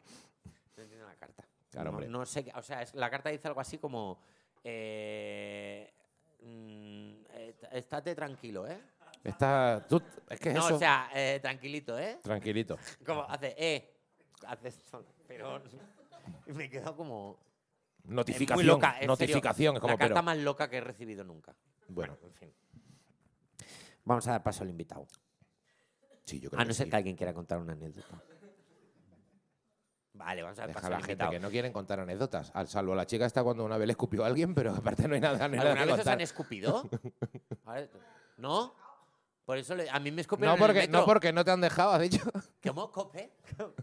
[SPEAKER 1] No entiendo la carta.
[SPEAKER 2] Claro,
[SPEAKER 1] no,
[SPEAKER 2] hombre.
[SPEAKER 1] no sé, qué- o sea, es- la carta dice algo así como, eh, mm, eh, t- estate tranquilo, ¿eh?
[SPEAKER 2] Está, tú, es que es
[SPEAKER 1] No,
[SPEAKER 2] eso.
[SPEAKER 1] o sea, eh, tranquilito, ¿eh?
[SPEAKER 2] Tranquilito.
[SPEAKER 1] Como hace, eh, hace esto, pero y me quedo como... es muy
[SPEAKER 2] Notificación.
[SPEAKER 1] loca, en serio,
[SPEAKER 2] notificación. Es como,
[SPEAKER 1] La carta
[SPEAKER 2] pero.
[SPEAKER 1] más loca que he recibido nunca.
[SPEAKER 2] Bueno,
[SPEAKER 1] En fin.
[SPEAKER 3] Vamos a dar paso al invitado.
[SPEAKER 2] sí, yo creo
[SPEAKER 3] A no
[SPEAKER 2] que
[SPEAKER 3] ser
[SPEAKER 2] sí.
[SPEAKER 3] que alguien quiera contar una anécdota.
[SPEAKER 1] Vale, vamos a ver
[SPEAKER 2] Deja
[SPEAKER 1] pasar
[SPEAKER 2] a
[SPEAKER 1] al
[SPEAKER 2] la gente
[SPEAKER 1] invitado.
[SPEAKER 2] que no quieren contar anécdotas. Al salvo la chica está cuando una vez le escupió a alguien, pero aparte no hay nada, no hay nada
[SPEAKER 1] ¿Alguna
[SPEAKER 2] que
[SPEAKER 1] vez os
[SPEAKER 2] contar.
[SPEAKER 1] han escupido? Ahora- ¿No? Por eso le- a mí me escupieron
[SPEAKER 2] No
[SPEAKER 1] en el
[SPEAKER 2] porque, no
[SPEAKER 1] metro.
[SPEAKER 2] porque no te han dejado, has dicho.
[SPEAKER 1] ¿Cómo cope?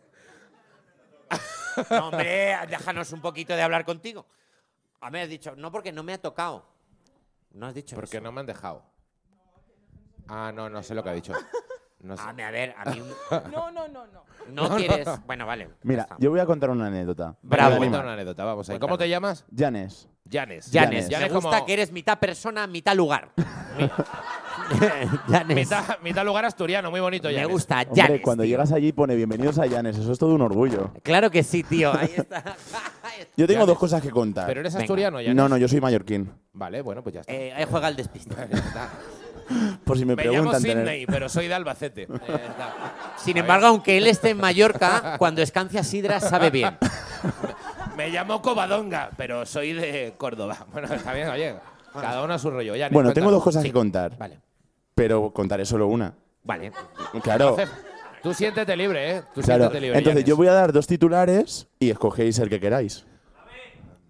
[SPEAKER 1] no, hombre, déjanos un poquito de hablar contigo. A mí has dicho, no porque no me ha tocado.
[SPEAKER 3] ¿No has dicho
[SPEAKER 2] Porque
[SPEAKER 3] eso?
[SPEAKER 2] no me han dejado. Ah, no, no sé lo que ha dicho. No sé.
[SPEAKER 1] A mí, a ver, a mí un-
[SPEAKER 4] No, no, no, no.
[SPEAKER 1] no quieres... Bueno, vale. ya
[SPEAKER 5] Mira,
[SPEAKER 1] está.
[SPEAKER 5] yo voy a contar una anécdota.
[SPEAKER 2] Venga,
[SPEAKER 1] Bravo.
[SPEAKER 2] cuenta una anécdota, vamos ahí. ¿Cómo te llamas?
[SPEAKER 5] Janes.
[SPEAKER 2] Janes.
[SPEAKER 1] Janes,
[SPEAKER 5] Janes.
[SPEAKER 1] me
[SPEAKER 2] Janes
[SPEAKER 1] gusta
[SPEAKER 2] como-
[SPEAKER 1] que eres mitad persona, mitad lugar.
[SPEAKER 3] Janes.
[SPEAKER 2] Mitad, mitad lugar asturiano, muy bonito,
[SPEAKER 1] Me
[SPEAKER 2] Janes.
[SPEAKER 1] gusta,
[SPEAKER 5] Hombre,
[SPEAKER 1] Janes.
[SPEAKER 5] cuando
[SPEAKER 1] tío.
[SPEAKER 5] llegas allí pone bienvenidos a Janes. Eso es todo un orgullo.
[SPEAKER 3] Claro que sí, tío.
[SPEAKER 1] Ahí está. Ahí está.
[SPEAKER 5] Yo tengo
[SPEAKER 2] Janes.
[SPEAKER 5] dos cosas que contar.
[SPEAKER 2] Pero eres
[SPEAKER 3] Venga.
[SPEAKER 2] asturiano, Janes.
[SPEAKER 5] no, no, yo soy mallorquín.
[SPEAKER 2] Vale, bueno, pues ya está.
[SPEAKER 1] Eh, ahí juega el despiste.
[SPEAKER 5] Por si me,
[SPEAKER 2] Me llamo
[SPEAKER 5] preguntan. tener-
[SPEAKER 2] Sydney, pero soy de Albacete. Eh, está.
[SPEAKER 1] Sin embargo, aunque él esté en Mallorca, cuando escancia sidra sabe bien.
[SPEAKER 2] Me llamo Covadonga, pero soy de Córdoba. Bueno, está bien, oye. Cada uno a su rollo. Janes,
[SPEAKER 5] Bueno, tengo
[SPEAKER 2] cuéntanos.
[SPEAKER 5] dos cosas que contar.
[SPEAKER 1] Vale,
[SPEAKER 5] Pero contaré solo una.
[SPEAKER 1] vale.
[SPEAKER 5] Claro.
[SPEAKER 2] Cef, Tú siéntete libre, ¿eh? Tú
[SPEAKER 5] Claro.
[SPEAKER 2] siéntete libre.
[SPEAKER 5] Entonces
[SPEAKER 2] Janes.
[SPEAKER 5] yo voy a dar dos titulares y escogéis el que queráis.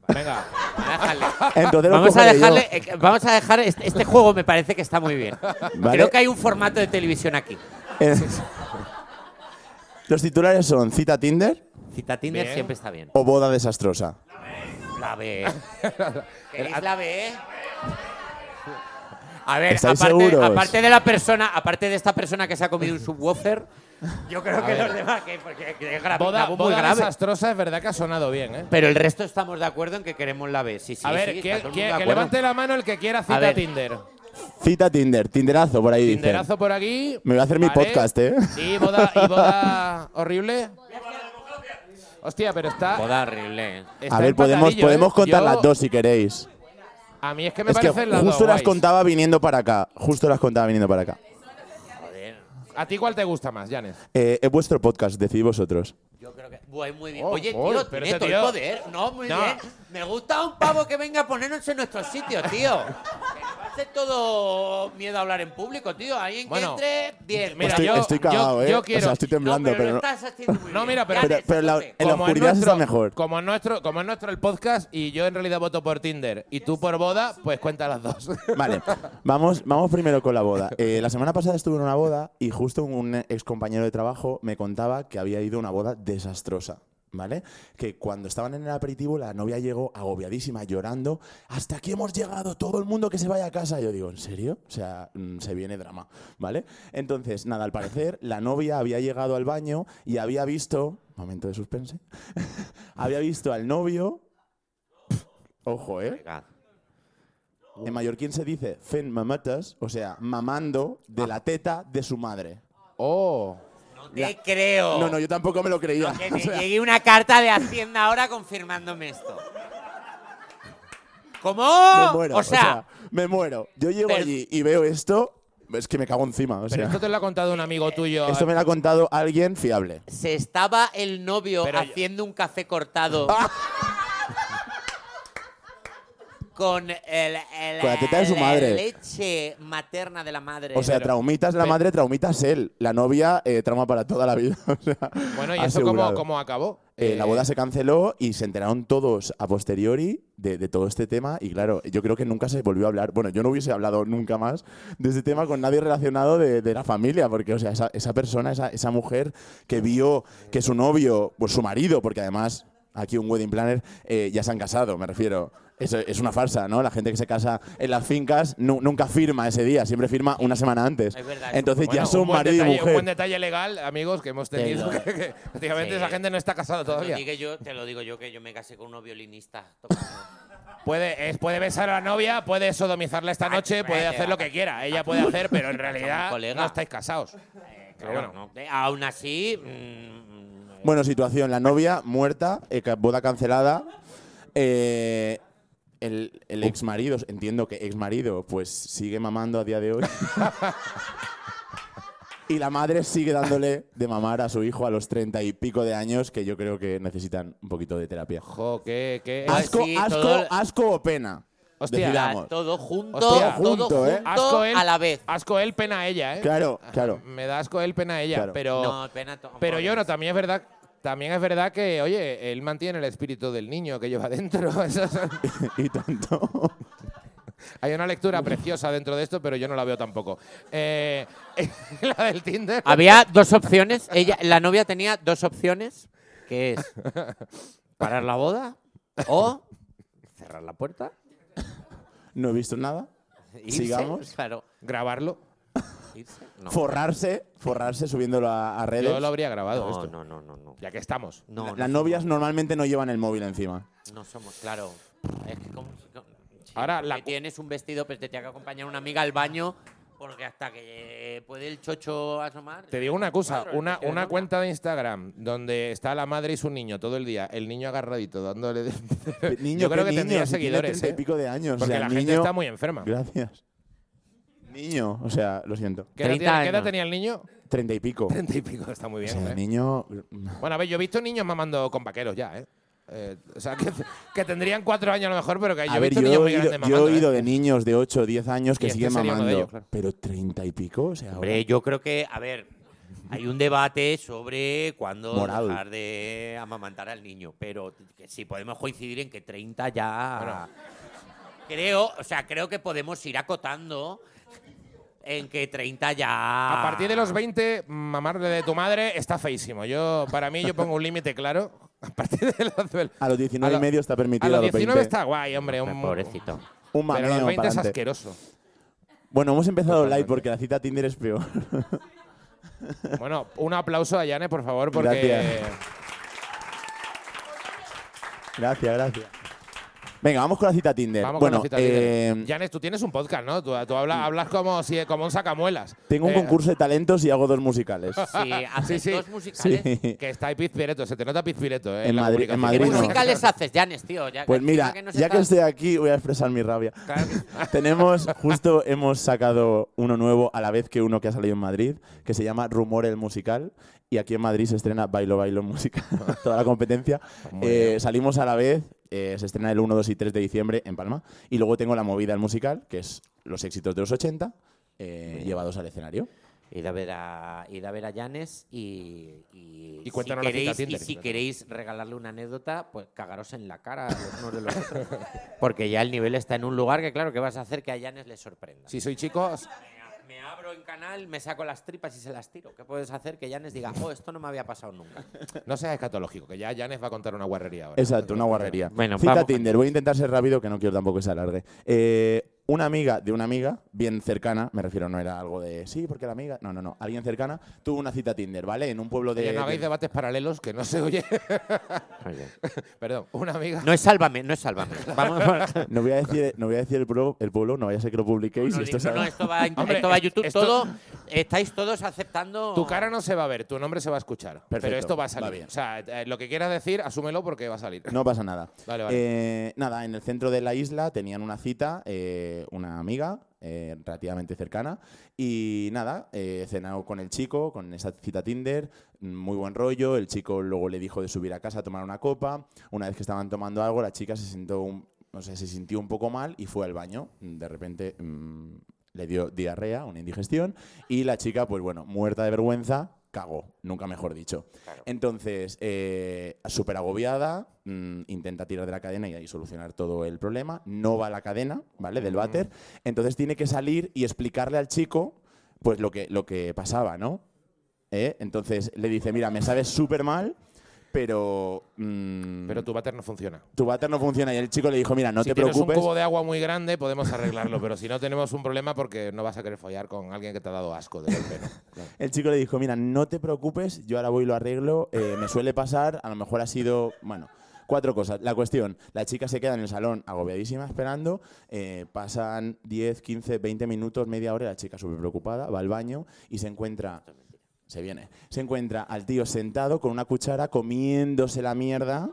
[SPEAKER 2] Venga.
[SPEAKER 1] Déjale.
[SPEAKER 5] Entonces los
[SPEAKER 1] Vamos a
[SPEAKER 5] cogeré yo.
[SPEAKER 1] dejarle, eh, vamos a dejar este, este juego me parece que está muy bien.
[SPEAKER 5] Vale.
[SPEAKER 1] Creo que hay un formato de televisión aquí.
[SPEAKER 5] Eh, Los titulares son cita a Tinder
[SPEAKER 1] Cita Tinder
[SPEAKER 2] Bien.
[SPEAKER 1] siempre está bien.
[SPEAKER 5] o boda desastrosa.
[SPEAKER 1] La B. ¿Queréis la B? A ver,
[SPEAKER 5] ¿Estáis
[SPEAKER 1] aparte,
[SPEAKER 5] seguros?
[SPEAKER 1] aparte de la persona, aparte de esta persona que se ha comido un subwoofer, yo creo que los demás que porque es grave,
[SPEAKER 2] Boda,
[SPEAKER 1] tabú muy
[SPEAKER 2] boda
[SPEAKER 1] grave.
[SPEAKER 2] desastrosa, es verdad que ha sonado bien, ¿eh?
[SPEAKER 1] Pero el resto estamos de acuerdo en que queremos la B. Sí, sí,
[SPEAKER 2] a ver,
[SPEAKER 1] sí,
[SPEAKER 2] ¿quién-
[SPEAKER 1] está todo el
[SPEAKER 2] quién-
[SPEAKER 1] mundo de
[SPEAKER 2] que
[SPEAKER 1] acuerdo.
[SPEAKER 2] levante la mano el que quiera cita
[SPEAKER 1] ver.
[SPEAKER 2] Tinder.
[SPEAKER 5] Cita a Tinder, Tinderazo por ahí dicen.
[SPEAKER 2] Tinderazo por aquí.
[SPEAKER 5] Me voy a hacer mi podcast, ¿eh?
[SPEAKER 2] Y boda, y boda horrible. Hostia, pero está.
[SPEAKER 1] Boda horrible.
[SPEAKER 2] está
[SPEAKER 5] A ver, podemos,
[SPEAKER 2] empatadillo, ¿eh?
[SPEAKER 5] podemos contar
[SPEAKER 2] Yo-
[SPEAKER 5] las dos si queréis.
[SPEAKER 2] A mí es que me
[SPEAKER 5] Es que
[SPEAKER 2] parecen las dos.
[SPEAKER 5] justo las
[SPEAKER 2] guays.
[SPEAKER 5] contaba viniendo para acá. Justo las contaba viniendo para acá.
[SPEAKER 1] Joder.
[SPEAKER 2] ¿A ti cuál te gusta más, Janes?
[SPEAKER 5] Eh, es vuestro podcast, decidid vosotros.
[SPEAKER 1] Yo creo que. Bueno, muy bien.
[SPEAKER 2] Oh,
[SPEAKER 1] Oye,
[SPEAKER 2] oh,
[SPEAKER 1] tío,
[SPEAKER 2] pero
[SPEAKER 1] tiene
[SPEAKER 2] este
[SPEAKER 1] todo el
[SPEAKER 2] tío-
[SPEAKER 1] poder. No, muy
[SPEAKER 2] No.
[SPEAKER 1] bien. Me gusta un pavo que venga a ponernos en nuestro sitio, tío. Hace todo miedo a hablar en público, tío. Alguien
[SPEAKER 2] Bueno,
[SPEAKER 1] que entre, bien.
[SPEAKER 2] mira,
[SPEAKER 5] estoy,
[SPEAKER 2] yo-
[SPEAKER 5] estoy cagado,
[SPEAKER 2] yo-
[SPEAKER 5] ¿eh?
[SPEAKER 2] yo quiero-
[SPEAKER 5] O sea, estoy temblando,
[SPEAKER 1] no, pero,
[SPEAKER 5] pero,
[SPEAKER 1] lo
[SPEAKER 5] no-
[SPEAKER 1] estás haciendo muy
[SPEAKER 2] No,
[SPEAKER 1] bien.
[SPEAKER 2] mira, pero-
[SPEAKER 1] Ya
[SPEAKER 5] pero,
[SPEAKER 1] ves,
[SPEAKER 5] pero la,
[SPEAKER 1] hombre.
[SPEAKER 5] en la
[SPEAKER 2] Como
[SPEAKER 5] oscuridad se
[SPEAKER 2] nuestro-
[SPEAKER 5] está mejor.
[SPEAKER 2] Como en nuestro, como en nuestro el podcast y yo en realidad voto por Tinder y tú por boda, pues cuenta las dos.
[SPEAKER 5] Vale, vamos, vamos primero con la boda. Eh, la semana pasada estuve en una boda y justo un ex compañero de trabajo me contaba que había ido a una boda desastrosa. ¿Vale? Que cuando estaban en el aperitivo, la novia llegó agobiadísima, llorando. Hasta aquí hemos llegado, todo el mundo que se vaya a casa. Yo digo, ¿en serio? O sea, mm, se viene drama, ¿vale? Entonces, nada, al parecer, la novia había llegado al baño y había visto. Momento de suspense. había visto al novio. Ojo, ¿eh?
[SPEAKER 1] Venga.
[SPEAKER 5] En mallorquín se dice fen mamatas, o sea, mamando de la teta de su madre.
[SPEAKER 2] Oh.
[SPEAKER 1] No te creo.
[SPEAKER 5] No, no, yo tampoco me lo creía.
[SPEAKER 1] Que
[SPEAKER 5] O
[SPEAKER 1] me
[SPEAKER 5] sea,
[SPEAKER 1] llegue una carta de Hacienda ahora confirmándome esto. ¿Cómo?
[SPEAKER 5] me muero,
[SPEAKER 1] o sea,
[SPEAKER 5] me muero. Yo llego
[SPEAKER 1] Pero-
[SPEAKER 5] allí y veo esto, es que me cago encima, o
[SPEAKER 2] Pero
[SPEAKER 5] sea.
[SPEAKER 2] esto te lo ha contado un amigo tuyo.
[SPEAKER 5] Esto me lo ha contado alguien fiable.
[SPEAKER 1] se estaba el novio
[SPEAKER 2] Pero yo-
[SPEAKER 1] haciendo un café cortado.
[SPEAKER 5] Ah.
[SPEAKER 1] Con el, el-
[SPEAKER 5] Con la teta de su madre.
[SPEAKER 1] leche materna de la madre.
[SPEAKER 5] O sea, traumitas la
[SPEAKER 2] pero-
[SPEAKER 5] madre, traumitas él. La novia, eh, trauma para toda la vida. o sea,
[SPEAKER 2] Bueno, ¿y eso
[SPEAKER 5] asegurado.
[SPEAKER 2] cómo, cómo acabó?
[SPEAKER 5] Eh, la
[SPEAKER 2] Eh,
[SPEAKER 5] boda se canceló y se enteraron todos a posteriori de, de todo este tema y claro, yo creo que nunca se volvió a hablar, bueno, yo no hubiese hablado nunca más de este tema con nadie relacionado de, de la familia, porque o sea, esa, esa persona, esa, esa mujer que vio que su novio, pues su marido, porque además aquí un wedding planner, eh, ya se han casado, me refiero. Es, es una farsa, ¿no? La gente que se casa en las fincas nu- nunca firma ese día, siempre firma una semana antes.
[SPEAKER 1] Es verdad, es
[SPEAKER 5] Entonces
[SPEAKER 2] Bueno,
[SPEAKER 5] ya son
[SPEAKER 2] un buen
[SPEAKER 5] marido
[SPEAKER 2] detalle,
[SPEAKER 5] y
[SPEAKER 2] Un buen
[SPEAKER 5] mujer.
[SPEAKER 2] detalle legal, amigos, que hemos tenido.
[SPEAKER 1] Pero-
[SPEAKER 2] que- que prácticamente
[SPEAKER 1] Sí.
[SPEAKER 2] esa gente no está casada
[SPEAKER 1] Te lo
[SPEAKER 2] todavía.
[SPEAKER 1] digo yo, te lo digo yo que yo me casé con unos violinistas. tocando.
[SPEAKER 2] Puede, es- puede besar a la novia, puede sodomizarla esta
[SPEAKER 1] Ay,
[SPEAKER 2] noche, puede
[SPEAKER 1] vete,
[SPEAKER 2] hacer lo que quiera. Ella puede hacer, pero en
[SPEAKER 1] un
[SPEAKER 2] realidad
[SPEAKER 1] eh, ah, colega.
[SPEAKER 2] no estáis casados. Pero
[SPEAKER 1] Claro,
[SPEAKER 2] bueno.
[SPEAKER 1] no. Eh, Aún así, mm,
[SPEAKER 5] Bueno, situación, la novia muerta, eh, ca- boda cancelada. eh, el, el ex marido, entiendo que ex marido, pues sigue mamando a día de hoy. y la madre sigue dándole de mamar a su hijo a los treinta y pico de años, que yo creo que necesitan un poquito de terapia.
[SPEAKER 2] Jo, qué, qué-
[SPEAKER 5] Asco,
[SPEAKER 1] sí,
[SPEAKER 5] asco,
[SPEAKER 1] todo-
[SPEAKER 5] asco o pena.
[SPEAKER 2] Hostia,
[SPEAKER 5] Decidamos.
[SPEAKER 1] Todo junto,
[SPEAKER 2] Hostia,
[SPEAKER 1] todo junto,
[SPEAKER 5] junto, ¿eh?
[SPEAKER 2] Asco él,
[SPEAKER 1] a la vez.
[SPEAKER 2] Asco él, pena ella, ¿eh?
[SPEAKER 5] Claro, claro.
[SPEAKER 2] Me da asco él, pena ella,
[SPEAKER 5] Claro.
[SPEAKER 2] pero...
[SPEAKER 1] No, pena to-
[SPEAKER 2] Pero yo no, también es verdad, también es verdad que, oye, él mantiene el espíritu del niño que lleva dentro. Eso es-
[SPEAKER 5] y tanto.
[SPEAKER 2] Hay una lectura preciosa dentro de esto, pero yo no la veo tampoco. Eh, la del Tinder.
[SPEAKER 3] Había dos opciones. Ella, la novia tenía dos opciones, que es parar la boda o cerrar la puerta. e
[SPEAKER 5] No he visto nada.
[SPEAKER 1] Irse,
[SPEAKER 5] Sigamos.
[SPEAKER 1] Claro,
[SPEAKER 2] Grabarlo.
[SPEAKER 1] irse.
[SPEAKER 3] No.
[SPEAKER 5] Forrarse, forrarse subiéndolo a, a redes.
[SPEAKER 2] Yo lo habría grabado
[SPEAKER 3] No,
[SPEAKER 2] esto.
[SPEAKER 3] no, no, no, no.
[SPEAKER 2] Ya que estamos.
[SPEAKER 3] No,
[SPEAKER 5] La-
[SPEAKER 3] no
[SPEAKER 5] Las
[SPEAKER 3] somos-
[SPEAKER 5] novias normalmente no llevan el móvil encima.
[SPEAKER 3] No somos, claro.
[SPEAKER 1] Es que como- sí,
[SPEAKER 2] Ahora,
[SPEAKER 1] porque
[SPEAKER 2] la-
[SPEAKER 1] tienes un vestido,
[SPEAKER 3] pues
[SPEAKER 1] pero te tiene que acompañar una amiga al baño, porque hasta que eh, puede el chocho asomar.
[SPEAKER 2] Te digo una cosa,
[SPEAKER 1] Claro, el
[SPEAKER 2] una,
[SPEAKER 1] vestido de
[SPEAKER 2] una
[SPEAKER 1] novia.
[SPEAKER 2] cuenta de Instagram donde está la madre y su niño todo el día, el niño agarradito dándole... de-
[SPEAKER 5] Niño,
[SPEAKER 2] Yo creo
[SPEAKER 5] qué
[SPEAKER 2] que
[SPEAKER 5] niño,
[SPEAKER 2] tendría
[SPEAKER 5] si tiene
[SPEAKER 2] seguidores,
[SPEAKER 5] 30 y
[SPEAKER 2] ¿eh?
[SPEAKER 5] pico de años. o
[SPEAKER 2] porque
[SPEAKER 5] sea,
[SPEAKER 2] la
[SPEAKER 5] niño,
[SPEAKER 2] gente está muy enferma.
[SPEAKER 5] Gracias. Niño, o sea, lo siento.
[SPEAKER 2] ¿Qué edad,
[SPEAKER 3] 30
[SPEAKER 2] tiene- qué edad
[SPEAKER 3] años.
[SPEAKER 2] tenía el niño?
[SPEAKER 5] Treinta y pico.
[SPEAKER 2] Treinta y pico, está muy
[SPEAKER 5] O
[SPEAKER 2] bien.
[SPEAKER 5] sea,
[SPEAKER 2] ¿eh?
[SPEAKER 5] niño.
[SPEAKER 2] Bueno, a ver, yo he visto niños mamando con vaqueros ya, ¿eh? Eh, o sea, que, que tendrían cuatro años a lo mejor, pero que yo
[SPEAKER 5] A
[SPEAKER 2] he
[SPEAKER 5] ver,
[SPEAKER 2] visto
[SPEAKER 5] yo he
[SPEAKER 2] niños muy
[SPEAKER 5] oído,
[SPEAKER 2] grandes
[SPEAKER 5] yo he
[SPEAKER 2] mamando. ¿eh?
[SPEAKER 5] oído de niños de 8 o 10 años que
[SPEAKER 2] Y este
[SPEAKER 5] siguen
[SPEAKER 2] sería uno de
[SPEAKER 5] mamando.
[SPEAKER 2] ellos, claro.
[SPEAKER 5] Pero treinta y pico, o sea,
[SPEAKER 1] Hombre, yo creo que, a ver, hay un debate sobre cuándo
[SPEAKER 5] Moral.
[SPEAKER 1] dejar de amamantar al niño, pero que si podemos coincidir en que 30 ya. Creo, o sea, creo que podemos ir acotando en que 30 ya.
[SPEAKER 2] A partir de los 20, mamarle de tu madre está feísimo. Yo, para mí, yo pongo un límite claro. A partir de los, de-
[SPEAKER 5] a los 19 y
[SPEAKER 2] lo-
[SPEAKER 5] medio está permitido.
[SPEAKER 2] A los
[SPEAKER 5] 20.
[SPEAKER 2] 19 está guay, hombre. Un,
[SPEAKER 1] Pobrecito.
[SPEAKER 5] Un
[SPEAKER 2] Pero a
[SPEAKER 5] mameo
[SPEAKER 2] los 20 es
[SPEAKER 5] pa'lante.
[SPEAKER 2] asqueroso.
[SPEAKER 5] Bueno, hemos empezado live
[SPEAKER 2] Totalmente.
[SPEAKER 5] porque la cita a Tinder es peor.
[SPEAKER 2] Bueno, un aplauso a Yane, por favor, porque.
[SPEAKER 5] Gracias. gracias, gracias. Venga, vamos con la cita a Tinder.
[SPEAKER 2] Vamos
[SPEAKER 5] bueno,
[SPEAKER 2] con la cita
[SPEAKER 5] eh,
[SPEAKER 2] líder. Yane, tú tienes un podcast, ¿no? Tú, tú hablas, hablas como, si, como un sacamuelas.
[SPEAKER 5] tengo un
[SPEAKER 2] Eh,
[SPEAKER 5] concurso de talentos y hago dos musicales.
[SPEAKER 1] Sí, haces
[SPEAKER 2] Sí, sí.
[SPEAKER 1] dos musicales.
[SPEAKER 5] Sí.
[SPEAKER 2] Que está ahí pizpireto, se te nota pizpireto. eh,
[SPEAKER 5] En
[SPEAKER 2] la
[SPEAKER 5] Madrid- en
[SPEAKER 2] comunicación.
[SPEAKER 5] Madrid
[SPEAKER 1] ¿Qué
[SPEAKER 5] Padrino. no.
[SPEAKER 1] musicales haces, Janes, tío? Ya,
[SPEAKER 5] Pues
[SPEAKER 1] encima
[SPEAKER 5] mira,
[SPEAKER 1] nos
[SPEAKER 5] ya que
[SPEAKER 1] estás-
[SPEAKER 5] estoy aquí, voy a expresar mi rabia.
[SPEAKER 2] Claro que-
[SPEAKER 5] Tenemos, justo hemos sacado uno nuevo a la vez que uno que ha salido en Madrid, que se llama Rumor el Musical. Y aquí en Madrid se estrena Bailo Bailo Musical, toda la competencia.
[SPEAKER 2] Muy
[SPEAKER 5] Eh,
[SPEAKER 2] bien.
[SPEAKER 5] salimos a la vez, eh, se estrena el 1, 2 y 3 de diciembre en Palma. Y luego tengo La Movida el Musical, que es los éxitos de los 80, eh, llevados al escenario.
[SPEAKER 1] Id a ver a, id a, ver a Janes y, y,
[SPEAKER 2] Y cuéntanos la
[SPEAKER 1] si
[SPEAKER 2] cita
[SPEAKER 1] queréis,
[SPEAKER 2] Tinder.
[SPEAKER 1] y si queréis regalarle una anécdota, pues cagaros en la cara los unos de los otros. Porque ya el nivel está en un lugar que, claro, que vas a hacer que a Janes le sorprenda.
[SPEAKER 2] Si soy chico,
[SPEAKER 1] Me a- Me abro en canal, me saco las tripas y se las tiro. ¿Qué puedes hacer que Janes diga, oh, esto no me había pasado nunca?
[SPEAKER 2] no seas escatológico, que ya Janes va a contar una guarrería ahora.
[SPEAKER 5] Exacto, una guarrería.
[SPEAKER 3] Bueno,
[SPEAKER 5] Cita
[SPEAKER 3] vamos.
[SPEAKER 5] Tinder, voy a intentar ser rápido que no quiero tampoco que se alargue. Eh, una amiga de una amiga, bien cercana, me refiero, no era algo de sí, porque la amiga. No, no, no. Alguien cercana tuvo una cita Tinder, ¿vale? En un pueblo de.
[SPEAKER 2] Oye, no hagáis
[SPEAKER 5] de-
[SPEAKER 2] debates paralelos que no se oye. Perdón, una amiga.
[SPEAKER 3] No es sálvame, no es sálvame. Vamos por-
[SPEAKER 5] No voy a decir, no voy a decir el, pueblo, el pueblo, no vaya a ser que lo publiquéis.
[SPEAKER 1] No,
[SPEAKER 5] y esto
[SPEAKER 1] no, no,
[SPEAKER 5] salga.
[SPEAKER 1] esto va, a-
[SPEAKER 2] Hombre,
[SPEAKER 1] esto va a YouTube.
[SPEAKER 2] esto-
[SPEAKER 1] Todo, estáis todos aceptando.
[SPEAKER 2] Tu cara no se va a ver, tu nombre se va a escuchar. Pero
[SPEAKER 5] Perfecto,
[SPEAKER 2] esto va
[SPEAKER 5] va
[SPEAKER 2] a salir.
[SPEAKER 5] bien. Mm.
[SPEAKER 2] O sea, eh, lo que quieras decir, asúmelo porque va a salir.
[SPEAKER 5] No pasa nada.
[SPEAKER 2] Vale, vale.
[SPEAKER 5] Eh, nada, en el centro de la isla tenían una cita, eh, una amiga eh, relativamente cercana. Y nada, eh, he cenado con el chico, con esa cita Tinder, muy buen rollo. El chico luego le dijo de subir a casa a tomar una copa. Una vez que estaban tomando algo, la chica se sintió un, o sea, se sintió un poco mal y fue al baño. De repente mm, le dio diarrea, una indigestión. Y la chica, pues bueno, muerta de vergüenza, cagó, nunca mejor dicho. Entonces, eh, súper agobiada, mm, intenta tirar de la cadena y ahí solucionar todo el problema. No va a la cadena, ¿vale?
[SPEAKER 2] Mm.
[SPEAKER 5] Del váter. Entonces tiene que salir y explicarle al chico, pues lo que, lo que pasaba, ¿no? ¿Eh? Entonces le dice, mira, me sabes súper mal, pero... mm,
[SPEAKER 2] Pero tu váter no funciona.
[SPEAKER 5] tu váter no funciona. Y el chico le dijo, mira, no
[SPEAKER 2] si
[SPEAKER 5] te
[SPEAKER 2] tienes
[SPEAKER 5] preocupes.
[SPEAKER 2] un cubo de agua muy grande, podemos arreglarlo. pero si no, tenemos un problema porque no vas a querer follar con alguien que te ha dado asco de golpe. ¿no? Claro.
[SPEAKER 5] El chico le dijo, mira, no te preocupes, yo ahora voy y lo arreglo, eh, me suele pasar, a lo mejor ha sido, bueno, cuatro cosas. La cuestión, la chica se queda en el salón agobiadísima esperando, eh, pasan 10, 15, 20 minutos, media hora, y la chica súper preocupada, va al baño y se encuentra... Se viene. Se encuentra al tío sentado con una cuchara comiéndose la mierda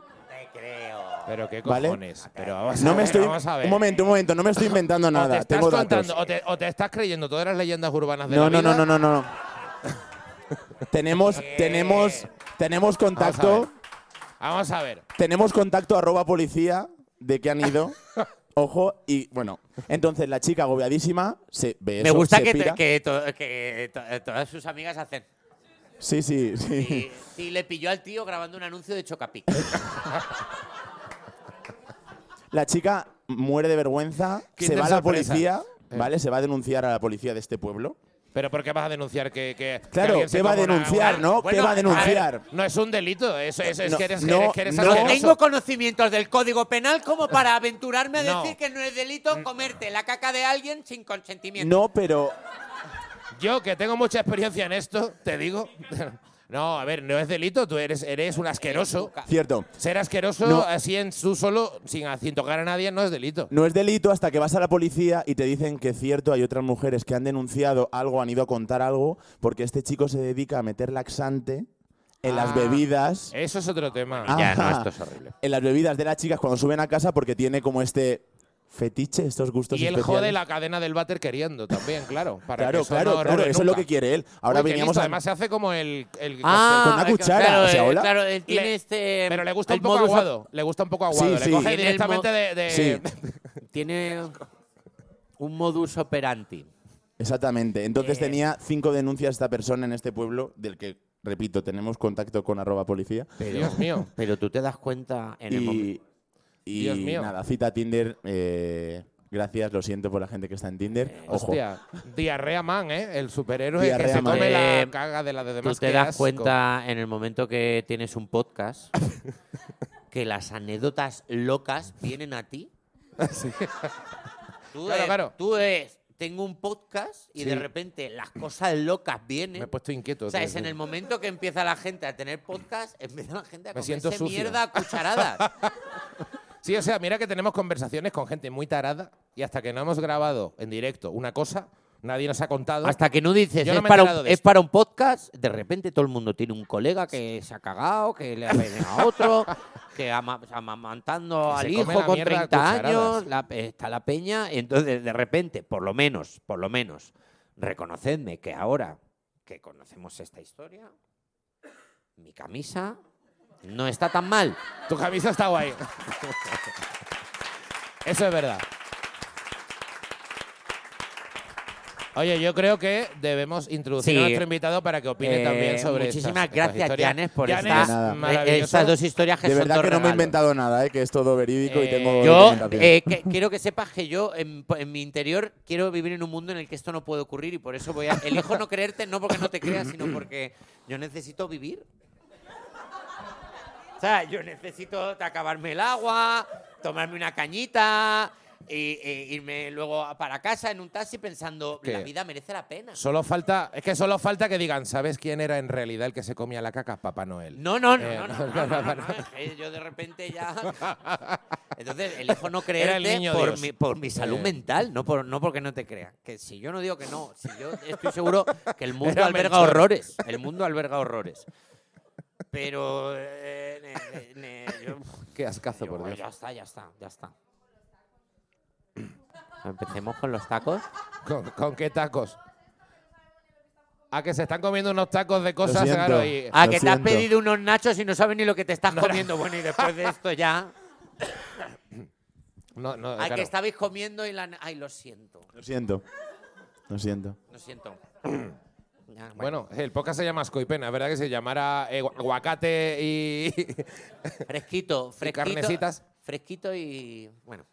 [SPEAKER 1] Te creo.
[SPEAKER 2] Pero qué
[SPEAKER 5] ¿Vale?
[SPEAKER 2] cojones. Pero vamos a
[SPEAKER 5] No me
[SPEAKER 2] ver,
[SPEAKER 5] estoy.
[SPEAKER 2] vamos a ver.
[SPEAKER 5] Un momento, un momento, no me estoy inventando
[SPEAKER 2] O te
[SPEAKER 5] nada.
[SPEAKER 2] estás
[SPEAKER 5] Tengo datos.
[SPEAKER 2] contando, o te, o te estás creyendo todas las leyendas urbanas de
[SPEAKER 5] No,
[SPEAKER 2] la
[SPEAKER 5] no,
[SPEAKER 2] vida.
[SPEAKER 5] no, no, no, no, no. tenemos, tenemos, tenemos contacto,
[SPEAKER 2] ver. Vamos a ver.
[SPEAKER 5] tenemos contacto arroba policía de que han ido. Ojo, y bueno, entonces la chica agobiadísima se ve
[SPEAKER 1] Me
[SPEAKER 5] eso,
[SPEAKER 1] gusta
[SPEAKER 5] se
[SPEAKER 1] que,
[SPEAKER 5] pira.
[SPEAKER 1] te- que to- que to- todas sus amigas hacen.
[SPEAKER 5] Sí, sí, sí.
[SPEAKER 1] Y, y le pilló al tío grabando un anuncio de Chocapic.
[SPEAKER 5] La chica muere de vergüenza,
[SPEAKER 2] Kinder
[SPEAKER 5] se va a la
[SPEAKER 2] sorpresa.
[SPEAKER 5] policía,
[SPEAKER 2] Eh.
[SPEAKER 5] ¿vale? Se va a denunciar a la policía de este pueblo.
[SPEAKER 2] Pero ¿por qué vas a denunciar que, que que
[SPEAKER 5] Claro,
[SPEAKER 2] alguien se
[SPEAKER 5] ¿qué va a
[SPEAKER 2] coma una-
[SPEAKER 5] denunciar,
[SPEAKER 2] una-
[SPEAKER 5] no?
[SPEAKER 2] Bueno,
[SPEAKER 5] ¿Qué va a
[SPEAKER 2] ver,
[SPEAKER 5] denunciar?
[SPEAKER 2] no es un delito, eso es, es
[SPEAKER 5] No,
[SPEAKER 2] que eres,
[SPEAKER 5] no,
[SPEAKER 2] eres que eres
[SPEAKER 5] no.
[SPEAKER 2] asqueroso.
[SPEAKER 1] Tengo conocimientos del Código Penal como para aventurarme a
[SPEAKER 2] No.
[SPEAKER 1] decir que no Mm. es delito comerte la caca de alguien sin consentimiento.
[SPEAKER 5] No, pero
[SPEAKER 2] Yo, que tengo mucha experiencia en esto, te digo. No, a ver, no es delito, tú eres, eres un asqueroso.
[SPEAKER 5] cierto.
[SPEAKER 2] Ser asqueroso
[SPEAKER 5] No.
[SPEAKER 2] así en su solo, sin, sin tocar a nadie, no es delito.
[SPEAKER 5] No es delito hasta que vas a la policía y te dicen que cierto, hay otras mujeres que han denunciado algo, han ido a contar algo, porque este chico se dedica a meter laxante en las
[SPEAKER 2] Ah.
[SPEAKER 5] bebidas.
[SPEAKER 2] Eso es otro tema.
[SPEAKER 5] Ajá.
[SPEAKER 2] es horrible.
[SPEAKER 5] En las bebidas de las chicas cuando suben a casa porque tiene como este fetiche, estos gustos
[SPEAKER 2] Y él
[SPEAKER 5] especiales.
[SPEAKER 2] jode la cadena del váter queriendo también, claro. Para
[SPEAKER 5] Claro,
[SPEAKER 2] que eso
[SPEAKER 5] claro,
[SPEAKER 2] no
[SPEAKER 5] claro,
[SPEAKER 2] rule
[SPEAKER 5] eso es lo
[SPEAKER 2] nunca.
[SPEAKER 5] que quiere él. Ahora
[SPEAKER 2] Uy, qué
[SPEAKER 5] veníamos
[SPEAKER 2] listo,
[SPEAKER 5] a- Ah,
[SPEAKER 2] Además se hace como el... el
[SPEAKER 5] Con una
[SPEAKER 1] que-
[SPEAKER 5] cuchara,
[SPEAKER 1] claro,
[SPEAKER 5] o sea,
[SPEAKER 1] eh,
[SPEAKER 5] hola.
[SPEAKER 1] Claro, él tiene
[SPEAKER 2] Le-
[SPEAKER 1] este.
[SPEAKER 2] Pero le gusta
[SPEAKER 1] el
[SPEAKER 2] un poco
[SPEAKER 1] modus-
[SPEAKER 2] aguado. Le gusta un poco aguado.
[SPEAKER 5] Sí,
[SPEAKER 2] le
[SPEAKER 5] sí.
[SPEAKER 2] coge
[SPEAKER 1] Tiene el
[SPEAKER 2] directamente
[SPEAKER 1] mo-
[SPEAKER 2] de. de-
[SPEAKER 5] Sí.
[SPEAKER 1] Tiene un modus operandi.
[SPEAKER 5] Exactamente.
[SPEAKER 2] eh,
[SPEAKER 5] Entonces tenía cinco denuncias esta persona en este pueblo, del que, repito, tenemos contacto con arroba policía.
[SPEAKER 2] Dios mío.
[SPEAKER 1] Pero tú te das cuenta en el momento.
[SPEAKER 5] Y, y
[SPEAKER 2] Dios mío.
[SPEAKER 5] nada, cita a Tinder. eh, gracias, lo siento por la gente que está en Tinder. Ojo.
[SPEAKER 2] Eh, Hostia. Diarrea Man, ¿eh? El superhéroe que
[SPEAKER 5] Diarrea
[SPEAKER 2] se
[SPEAKER 5] Man.
[SPEAKER 2] come la
[SPEAKER 1] Eh,
[SPEAKER 2] caga de la de
[SPEAKER 1] Tú
[SPEAKER 2] demás.
[SPEAKER 1] te
[SPEAKER 2] qué
[SPEAKER 1] das
[SPEAKER 2] asco.
[SPEAKER 1] cuenta en el momento que tienes un podcast que las anécdotas locas vienen a ti. Tú
[SPEAKER 2] Claro,
[SPEAKER 1] es-
[SPEAKER 2] claro.
[SPEAKER 1] Tú es, tengo un podcast y de repente las cosas locas
[SPEAKER 2] Me he
[SPEAKER 1] vienen.
[SPEAKER 2] puesto inquieto.
[SPEAKER 1] O sea,
[SPEAKER 2] tío.
[SPEAKER 1] es en el momento que empieza la gente a tener podcast, empieza la gente a
[SPEAKER 2] Me siento
[SPEAKER 1] comerse
[SPEAKER 2] sucio.
[SPEAKER 1] mierda a cucharadas.
[SPEAKER 2] Sí, o sea, mira que tenemos conversaciones con gente muy tarada y hasta que no hemos grabado en directo una cosa, nadie nos ha contado.
[SPEAKER 1] Hasta que no dices,
[SPEAKER 2] Yo no
[SPEAKER 1] es,
[SPEAKER 2] me he
[SPEAKER 1] para
[SPEAKER 2] enterado
[SPEAKER 1] un,
[SPEAKER 2] de
[SPEAKER 1] es
[SPEAKER 2] esto".
[SPEAKER 1] para un podcast, de repente todo el mundo tiene un colega que se ha cagado, que le ha venido a otro, que ama- amamantando
[SPEAKER 2] Que se
[SPEAKER 1] al
[SPEAKER 2] come
[SPEAKER 1] hijo
[SPEAKER 2] la
[SPEAKER 1] con
[SPEAKER 2] mierda a
[SPEAKER 1] 30 años,
[SPEAKER 2] cucharadas.
[SPEAKER 1] la- está la peña. Entonces, de repente, por lo menos, por lo menos, reconocedme que ahora que conocemos esta historia, mi camisa no está tan mal.
[SPEAKER 2] Tu camisa está guay. Eso es verdad. Oye, yo creo que debemos introducir
[SPEAKER 1] Sí.
[SPEAKER 2] a nuestro invitado para que opine
[SPEAKER 1] Eh,
[SPEAKER 2] también sobre
[SPEAKER 1] muchísimas
[SPEAKER 2] estas- estas
[SPEAKER 1] gracias,
[SPEAKER 2] historias.
[SPEAKER 1] Janes, por
[SPEAKER 2] Janes,
[SPEAKER 1] esta-
[SPEAKER 5] De nada.
[SPEAKER 2] maravilloso.
[SPEAKER 1] estas dos historias que
[SPEAKER 5] De
[SPEAKER 1] son
[SPEAKER 5] verdad
[SPEAKER 1] dos
[SPEAKER 5] que no me he
[SPEAKER 1] regalos.
[SPEAKER 5] inventado nada, ¿eh? que es todo verídico y
[SPEAKER 2] Eh,
[SPEAKER 5] tengo.
[SPEAKER 1] Yo
[SPEAKER 5] documentación.
[SPEAKER 1] eh, que- quiero que sepas que yo en, en mi interior quiero vivir en un mundo en el que esto no puede ocurrir y por eso voy a elijo no creerte no porque no te creas sino porque yo necesito vivir. O sea, yo necesito acabarme el agua, tomarme una cañita y, e irme luego a- para casa en un taxi pensando
[SPEAKER 2] ¿Qué?
[SPEAKER 1] la vida merece la pena.
[SPEAKER 2] Solo falta, es que solo falta que digan, ¿sabes quién era en realidad el que se comía la caca? Papá Noel.
[SPEAKER 1] No, no, no,
[SPEAKER 2] Eh,
[SPEAKER 1] no, no, no, no, no, no, es que yo de repente ya. Entonces, elijo no creerte
[SPEAKER 2] Era el niño
[SPEAKER 1] por,
[SPEAKER 2] Dios.
[SPEAKER 1] mi, por mi salud
[SPEAKER 2] Eh.
[SPEAKER 1] mental, no, por, no porque no te crea. Que si yo no digo que no, si yo estoy seguro que el mundo
[SPEAKER 2] Era
[SPEAKER 1] alberga
[SPEAKER 2] Melchor.
[SPEAKER 1] horrores. El mundo alberga horrores. Pero. eh, ne- ne- ne- yo-
[SPEAKER 2] Qué ascazo,
[SPEAKER 1] yo,
[SPEAKER 2] por Dios.
[SPEAKER 1] Ya está, ya está, ya está. Empecemos con los tacos.
[SPEAKER 2] ¿Con, con qué tacos? A que se están comiendo unos tacos de cosas,
[SPEAKER 5] siento.
[SPEAKER 2] claro, y...
[SPEAKER 1] Ah,
[SPEAKER 5] Lo
[SPEAKER 1] que te
[SPEAKER 5] siento.
[SPEAKER 1] has pedido unos nachos y no sabes ni lo que te estás comiendo. Bueno, y después de esto ya.
[SPEAKER 2] No, no,
[SPEAKER 1] Ah, que
[SPEAKER 2] claro.
[SPEAKER 1] estabais comiendo y la. Ay, lo siento.
[SPEAKER 5] Lo siento. Lo siento.
[SPEAKER 1] Lo siento. Ya,
[SPEAKER 2] Bueno, el podcast se llama Ascoipena, es verdad que se llamara eh, gua- aguacate y...
[SPEAKER 1] fresquito, fresquito.
[SPEAKER 2] carnecitas.
[SPEAKER 1] Fresquito y. Bueno.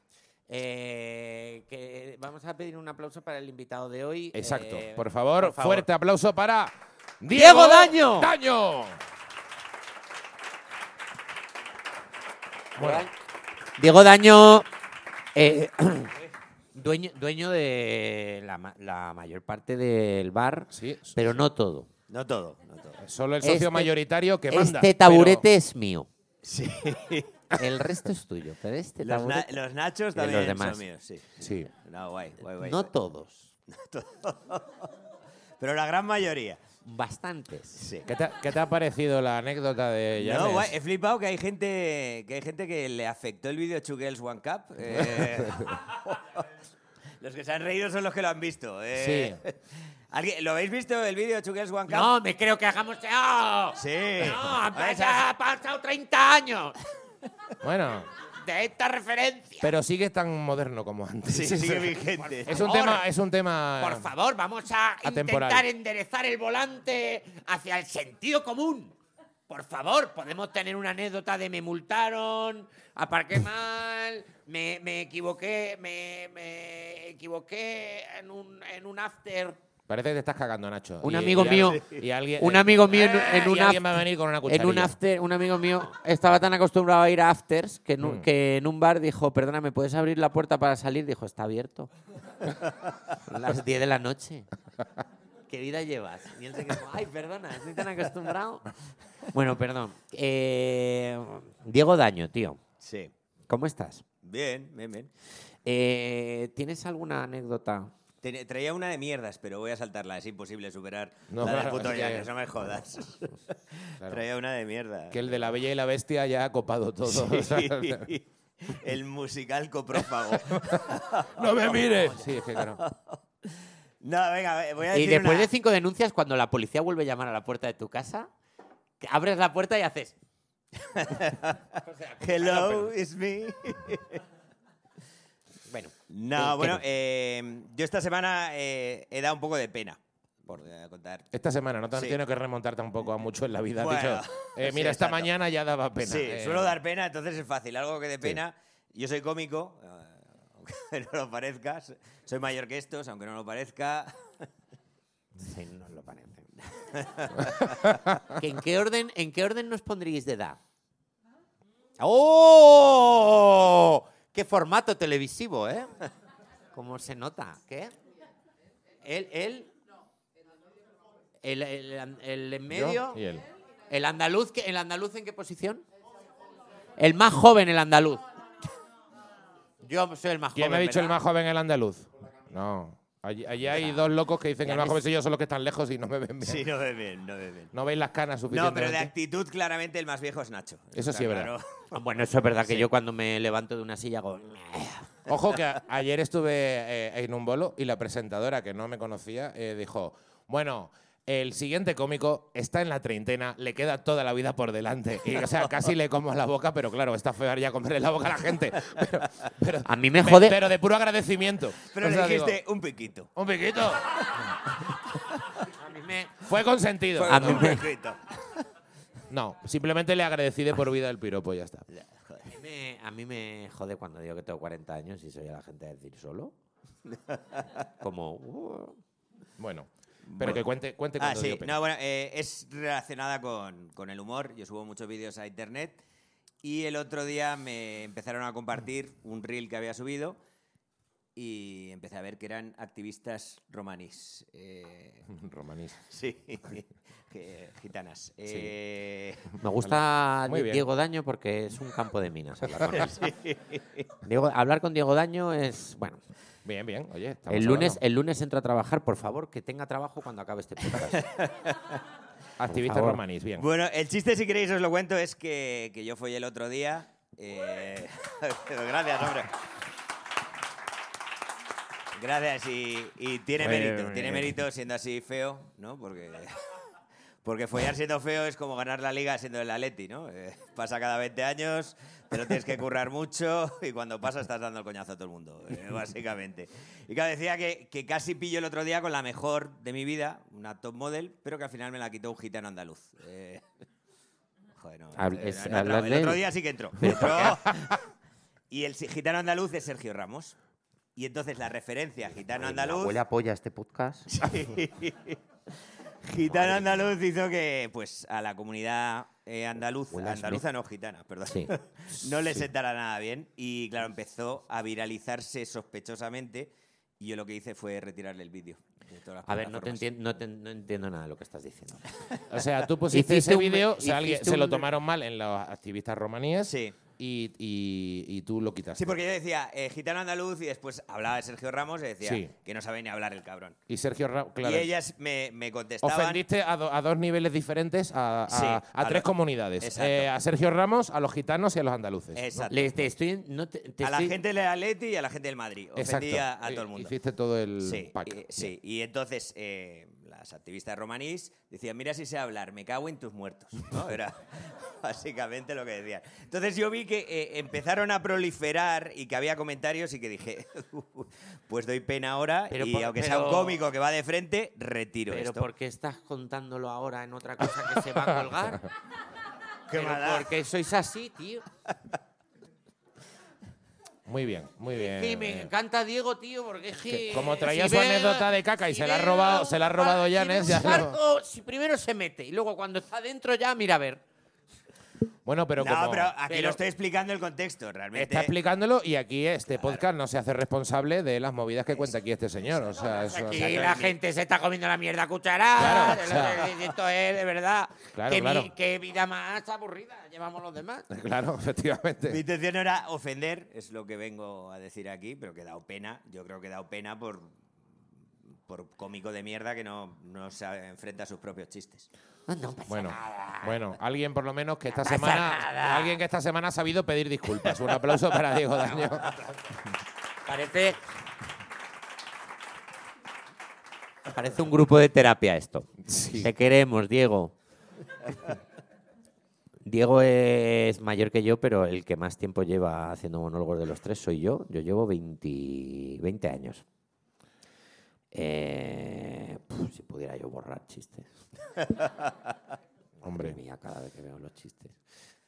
[SPEAKER 1] Eh, que vamos a pedir un aplauso para el invitado de hoy.
[SPEAKER 2] Exacto.
[SPEAKER 1] Eh,
[SPEAKER 2] por, favor,
[SPEAKER 1] por
[SPEAKER 2] fuerte aplauso para
[SPEAKER 1] ¡Diego Daño!
[SPEAKER 2] Daño.
[SPEAKER 1] Bueno. Diego Daño. eh, dueño, dueño de la, ma- la mayor parte del bar,
[SPEAKER 2] Sí,
[SPEAKER 1] pero no todo.
[SPEAKER 3] No todo, no todo.
[SPEAKER 2] solo el socio
[SPEAKER 1] Este-
[SPEAKER 2] mayoritario que manda.
[SPEAKER 1] Este
[SPEAKER 2] pero-
[SPEAKER 1] taburete es mío.
[SPEAKER 3] Sí.
[SPEAKER 1] El resto es tuyo, pero este
[SPEAKER 3] Los, na-
[SPEAKER 1] taburete.
[SPEAKER 3] los nachos
[SPEAKER 1] Y los
[SPEAKER 3] también
[SPEAKER 1] demás.
[SPEAKER 3] son míos, sí.
[SPEAKER 2] Sí.
[SPEAKER 3] No, guay, guay, guay.
[SPEAKER 1] No todos.
[SPEAKER 3] Pero la gran mayoría.
[SPEAKER 1] bastantes.
[SPEAKER 6] Sí.
[SPEAKER 2] ¿Qué te, qué te ha parecido la anécdota de Janes?
[SPEAKER 4] No, guay, he flipado que hay gente que hay gente que le afectó el vídeo Two Girls One Cup. eh, los que se han reído son los que lo han visto. eh. ¿Alguien, ¿Lo habéis visto el vídeo Two Girls One Cup?
[SPEAKER 1] No, me creo que hagamos. ¡Oh!
[SPEAKER 4] Sí.
[SPEAKER 1] No,
[SPEAKER 4] Ahora
[SPEAKER 1] hombre,
[SPEAKER 4] es
[SPEAKER 1] ya
[SPEAKER 4] así.
[SPEAKER 1] ha pasado 30 años
[SPEAKER 2] Bueno,
[SPEAKER 1] de esta referencia.
[SPEAKER 2] pero sigue tan moderno como antes.
[SPEAKER 4] Sí, sigue vigente.
[SPEAKER 2] Es un
[SPEAKER 1] favor.
[SPEAKER 2] tema, es un tema.
[SPEAKER 1] Por favor, vamos a
[SPEAKER 2] Ah. Atemporal.
[SPEAKER 1] intentar enderezar el volante hacia el sentido común. Por favor, podemos tener una anécdota de me multaron, aparqué mal, me, me equivoqué, me, me equivoqué en un, en un after.
[SPEAKER 2] Parece que te estás cagando, Nacho.
[SPEAKER 1] Un
[SPEAKER 2] Y-
[SPEAKER 1] amigo
[SPEAKER 2] y al-
[SPEAKER 1] mío,
[SPEAKER 2] y alguien- Eh,
[SPEAKER 1] un amigo mío en, en
[SPEAKER 2] Y
[SPEAKER 1] un
[SPEAKER 2] alguien
[SPEAKER 1] after-
[SPEAKER 2] va a venir con una
[SPEAKER 1] en un
[SPEAKER 2] cucharilla.
[SPEAKER 1] after, un amigo mío estaba tan acostumbrado a ir a afters que en, un, que en un bar dijo, perdona, ¿me puedes abrir la puerta para salir? Dijo, está abierto. Las 10 de la noche. ¿Qué vida llevas? Y él se quedó como, ay, perdona, estoy tan acostumbrado. Bueno, perdón. Eh, Diego Daño, tío,
[SPEAKER 4] Sí.
[SPEAKER 1] ¿cómo estás?
[SPEAKER 4] Bien, bien, bien.
[SPEAKER 1] Eh, ¿Tienes alguna anécdota?
[SPEAKER 4] Ten- traía una de mierdas, pero voy a saltarla. Es imposible superar
[SPEAKER 2] No,
[SPEAKER 4] la del
[SPEAKER 2] claro,
[SPEAKER 4] puto
[SPEAKER 2] es que-
[SPEAKER 4] Llanes, no me jodas.
[SPEAKER 2] Claro.
[SPEAKER 4] Traía una de mierda.
[SPEAKER 2] Que el de la Bella y la Bestia ya ha copado todo. o sea,
[SPEAKER 4] Sí. El musical coprófago.
[SPEAKER 2] ¡No me mires! Sí, es que claro.
[SPEAKER 4] No, venga, voy a
[SPEAKER 1] Y
[SPEAKER 4] decir
[SPEAKER 1] después
[SPEAKER 4] una-
[SPEAKER 1] de cinco denuncias, cuando la policía vuelve a llamar a la puerta de tu casa, que abres la puerta y haces...
[SPEAKER 4] Hello, it's me.
[SPEAKER 1] Bueno,
[SPEAKER 4] No,
[SPEAKER 1] Eh,
[SPEAKER 4] bueno,
[SPEAKER 1] ¿qué?
[SPEAKER 4] eh, yo esta semana eh, he dado un poco de pena por eh, contar.
[SPEAKER 2] Esta semana no te
[SPEAKER 4] Sí.
[SPEAKER 2] tienes que remontar tampoco a mucho en la vida. has
[SPEAKER 4] Bueno,
[SPEAKER 2] dicho, eh,
[SPEAKER 4] sí,
[SPEAKER 2] mira, esta
[SPEAKER 4] exacto.
[SPEAKER 2] mañana ya daba pena.
[SPEAKER 4] sí,
[SPEAKER 2] eh,
[SPEAKER 4] suelo dar pena, entonces es fácil. Algo que de pena. Yo soy cómico, eh, aunque no lo parezca. Soy mayor que estos, aunque no lo parezca.
[SPEAKER 1] Sí, no lo parece. ¿Que en, qué orden, ¿En qué orden nos pondríais de edad? ¡Oh! ¡Qué formato televisivo, eh! ¿Cómo se nota? ¿Qué? Él, él. El, el, el, en
[SPEAKER 2] yo
[SPEAKER 1] medio.
[SPEAKER 2] y él.
[SPEAKER 1] ¿El andaluz, qué- ¿El andaluz en qué posición? El más joven, el andaluz. Yo soy el más
[SPEAKER 2] ¿Quién
[SPEAKER 1] joven.
[SPEAKER 2] me ha dicho el
[SPEAKER 1] ¿verdad?
[SPEAKER 2] más joven el andaluz? No. Allí, allí hay dos locos que dicen que el más joven soy yo, son los que están lejos y no me ven bien.
[SPEAKER 4] Sí, no me ven, no me ven.
[SPEAKER 2] No veis las canas
[SPEAKER 4] No,
[SPEAKER 2] suficientemente.
[SPEAKER 4] pero de actitud, claramente, el más viejo es Nacho.
[SPEAKER 2] Eso sí es verdad.
[SPEAKER 4] claro.
[SPEAKER 1] Ah, Bueno, eso es verdad que yo cuando me levanto de una silla hago.
[SPEAKER 2] Ojo que a- ayer estuve eh, en un bolo y la presentadora, que no me conocía, eh, dijo, bueno, el siguiente cómico está en la treintena, le queda toda la vida por delante. Y, o sea, casi le como la boca, pero claro, está feo ya comerle la boca a la gente. Pero, pero-
[SPEAKER 1] A mí me jode-
[SPEAKER 2] Pero de puro agradecimiento.
[SPEAKER 4] Pero
[SPEAKER 2] O sea,
[SPEAKER 4] le dijiste
[SPEAKER 2] digo,
[SPEAKER 4] un piquito.
[SPEAKER 2] un piquito.
[SPEAKER 1] A mí me,
[SPEAKER 2] Fue consentido.
[SPEAKER 4] Fue
[SPEAKER 1] A
[SPEAKER 4] un
[SPEAKER 1] mí me-
[SPEAKER 4] piquito.
[SPEAKER 2] No, simplemente le agradecí de por vida el piropo y ya está. Este
[SPEAKER 1] me- a mí me jode cuando digo que tengo 40 años y soy a la gente a decir solo. Como. "Uh".
[SPEAKER 2] Bueno, pero que cuente, cuente
[SPEAKER 4] Ah,
[SPEAKER 2] cuando
[SPEAKER 4] sí.
[SPEAKER 2] dio pena.
[SPEAKER 4] No, bueno, eh, es relacionada con, con el humor. Yo subo muchos vídeos a internet. Y el otro día me empezaron a compartir un reel que había subido y empecé a ver que eran activistas romaníes. eh,
[SPEAKER 2] Romanís.
[SPEAKER 4] sí, que- gitanas. Eh,
[SPEAKER 1] Me gusta
[SPEAKER 2] Muy
[SPEAKER 1] Di-
[SPEAKER 2] bien.
[SPEAKER 1] Diego Daño porque es un campo de minas hablar con él. Diego- hablar con Diego Daño es. Bueno,
[SPEAKER 2] Bien, bien, oye. estamos
[SPEAKER 1] el lunes,
[SPEAKER 2] hablando.
[SPEAKER 1] el lunes entra a trabajar, por favor, que tenga trabajo cuando acabe este podcast.
[SPEAKER 2] Activista
[SPEAKER 1] favor.
[SPEAKER 2] romanís, bien.
[SPEAKER 4] Bueno, el chiste, si queréis, os lo cuento, es que, que yo follé el otro día. eh, gracias, hombre. Gracias, y, y tiene
[SPEAKER 2] Muy
[SPEAKER 4] mérito,
[SPEAKER 2] bien.
[SPEAKER 4] tiene mérito siendo así feo, ¿no? Porque, porque follar siendo feo es como ganar la liga siendo el Atleti, ¿no? Eh, pasa cada 20 años, te lo tienes que currar mucho y cuando pasa estás dando el coñazo a todo el mundo, eh, básicamente. Y claro, decía que, que casi pillo el otro día con la mejor de mi vida, una top model, pero que al final me la quitó un gitano andaluz. Eh, joder, no,
[SPEAKER 1] Habl-
[SPEAKER 4] eh, no,
[SPEAKER 1] es-
[SPEAKER 4] no, no,
[SPEAKER 1] hablas
[SPEAKER 4] el
[SPEAKER 1] de
[SPEAKER 4] otro
[SPEAKER 1] él.
[SPEAKER 4] día sí que entró. Entró. y el si- gitano andaluz es Sergio Ramos. Y entonces la referencia gitano andaluz.
[SPEAKER 1] Abuela apoya este podcast.
[SPEAKER 4] Gitano andaluz hizo que, pues, a la comunidad eh, andaluz,
[SPEAKER 1] Huelas
[SPEAKER 4] andaluza no gitana, perdón,
[SPEAKER 1] Sí.
[SPEAKER 4] no le sentara nada bien. Y claro, empezó a viralizarse sospechosamente. Y yo lo que hice fue retirarle el vídeo. de todas las
[SPEAKER 1] A ver, no, te entien-
[SPEAKER 4] plataformas.
[SPEAKER 1] no te- no entiendo nada de lo que estás diciendo.
[SPEAKER 2] O sea, tú pusiste
[SPEAKER 1] Hiciste
[SPEAKER 2] ese
[SPEAKER 1] un-
[SPEAKER 2] vídeo, o sea, alguien-
[SPEAKER 1] hiciste
[SPEAKER 2] se lo
[SPEAKER 1] un-
[SPEAKER 2] tomaron mal en los activistas romaníes.
[SPEAKER 4] Sí.
[SPEAKER 2] y, y- y tú lo quitas.
[SPEAKER 4] Sí, porque yo decía eh, gitano andaluz y después hablaba de Sergio Ramos y decía
[SPEAKER 2] Sí.
[SPEAKER 4] que no sabe ni hablar el cabrón.
[SPEAKER 2] Y Sergio Ra- claro.
[SPEAKER 4] Y ellas me, me contestaban.
[SPEAKER 2] Ofendiste a, do- a dos niveles diferentes, a, a-
[SPEAKER 4] Sí,
[SPEAKER 2] a
[SPEAKER 4] a
[SPEAKER 2] tres
[SPEAKER 4] lo-
[SPEAKER 2] comunidades.
[SPEAKER 4] Exacto.
[SPEAKER 2] Eh, a Sergio Ramos, a los gitanos y a los andaluces. ¿no?
[SPEAKER 4] Exacto.
[SPEAKER 1] Le- te estoy, no te- te
[SPEAKER 4] a la
[SPEAKER 1] estoy-
[SPEAKER 4] gente del Atleti y a la gente del Madrid.
[SPEAKER 2] Exacto.
[SPEAKER 4] Ofendía a
[SPEAKER 2] Eh,
[SPEAKER 4] todo el mundo.
[SPEAKER 2] Hiciste todo el
[SPEAKER 4] Sí,
[SPEAKER 2] pack.
[SPEAKER 4] y, sí. y entonces eh, las activistas romanís decían, mira si sé hablar, me cago en tus muertos. ¿no? Era básicamente lo que decían. Entonces yo vi que eh, empezaron a proliferar y que había comentarios y que dije, pues doy pena ahora
[SPEAKER 1] Pero
[SPEAKER 4] y
[SPEAKER 1] por-
[SPEAKER 4] aunque sea un
[SPEAKER 1] pero-
[SPEAKER 4] cómico que va de frente, retiro
[SPEAKER 1] Pero
[SPEAKER 4] esto.
[SPEAKER 1] ¿por qué estás contándolo ahora en otra cosa que se va a colgar?
[SPEAKER 4] Qué
[SPEAKER 1] Pero
[SPEAKER 4] maldad.
[SPEAKER 1] ¿Por qué sois así, tío?
[SPEAKER 2] Muy bien, muy bien.
[SPEAKER 1] Que me encanta Diego, tío, porque es que...
[SPEAKER 2] Eh, como traía
[SPEAKER 1] si
[SPEAKER 2] su
[SPEAKER 1] veo-
[SPEAKER 2] anécdota de caca y
[SPEAKER 1] si
[SPEAKER 2] se la ha
[SPEAKER 1] veo
[SPEAKER 2] robado- se la ha
[SPEAKER 1] un
[SPEAKER 2] robado
[SPEAKER 1] bar- si
[SPEAKER 2] Yanes,
[SPEAKER 1] veo un
[SPEAKER 2] ya lo-
[SPEAKER 1] barco, si primero se mete y luego cuando está dentro ya mira a ver.
[SPEAKER 2] Bueno, pero
[SPEAKER 4] no,
[SPEAKER 2] como
[SPEAKER 4] pero aquí
[SPEAKER 1] pero-
[SPEAKER 4] lo estoy explicando el contexto, realmente.
[SPEAKER 2] está explicándolo y aquí este podcast no se hace responsable de las movidas que cuenta aquí este señor. O sea, eso-
[SPEAKER 1] Aquí
[SPEAKER 2] o sea,
[SPEAKER 4] que-
[SPEAKER 1] la gente se está comiendo la mierda a cucharadas. de lo que- Esto es de verdad.
[SPEAKER 2] Claro,
[SPEAKER 1] qué, vi-
[SPEAKER 2] claro.
[SPEAKER 1] qué vida más aburrida llevamos los demás.
[SPEAKER 2] Claro,
[SPEAKER 4] Mi
[SPEAKER 2] efectivamente.
[SPEAKER 4] intención no era ofender, es lo que vengo a decir aquí, pero que he dado pena. Yo creo que he dado pena por, por cómico de mierda que no, no se enfrenta a sus propios chistes.
[SPEAKER 1] No, no pasa
[SPEAKER 2] Bueno,
[SPEAKER 1] nada.
[SPEAKER 2] bueno, alguien por lo menos que esta
[SPEAKER 1] pasa
[SPEAKER 2] semana,
[SPEAKER 1] nada.
[SPEAKER 2] alguien que esta semana ha sabido pedir disculpas. Un aplauso para Diego Daño.
[SPEAKER 1] Parece. Parece un grupo de terapia esto. Te queremos, Diego. Diego es mayor que yo, pero el que más tiempo lleva haciendo monólogos de los tres soy yo. Yo llevo 20, 20 años. Eh, puf, si pudiera yo borrar chistes. Madre
[SPEAKER 2] Hombre,
[SPEAKER 1] mía, cada vez que veo los chistes.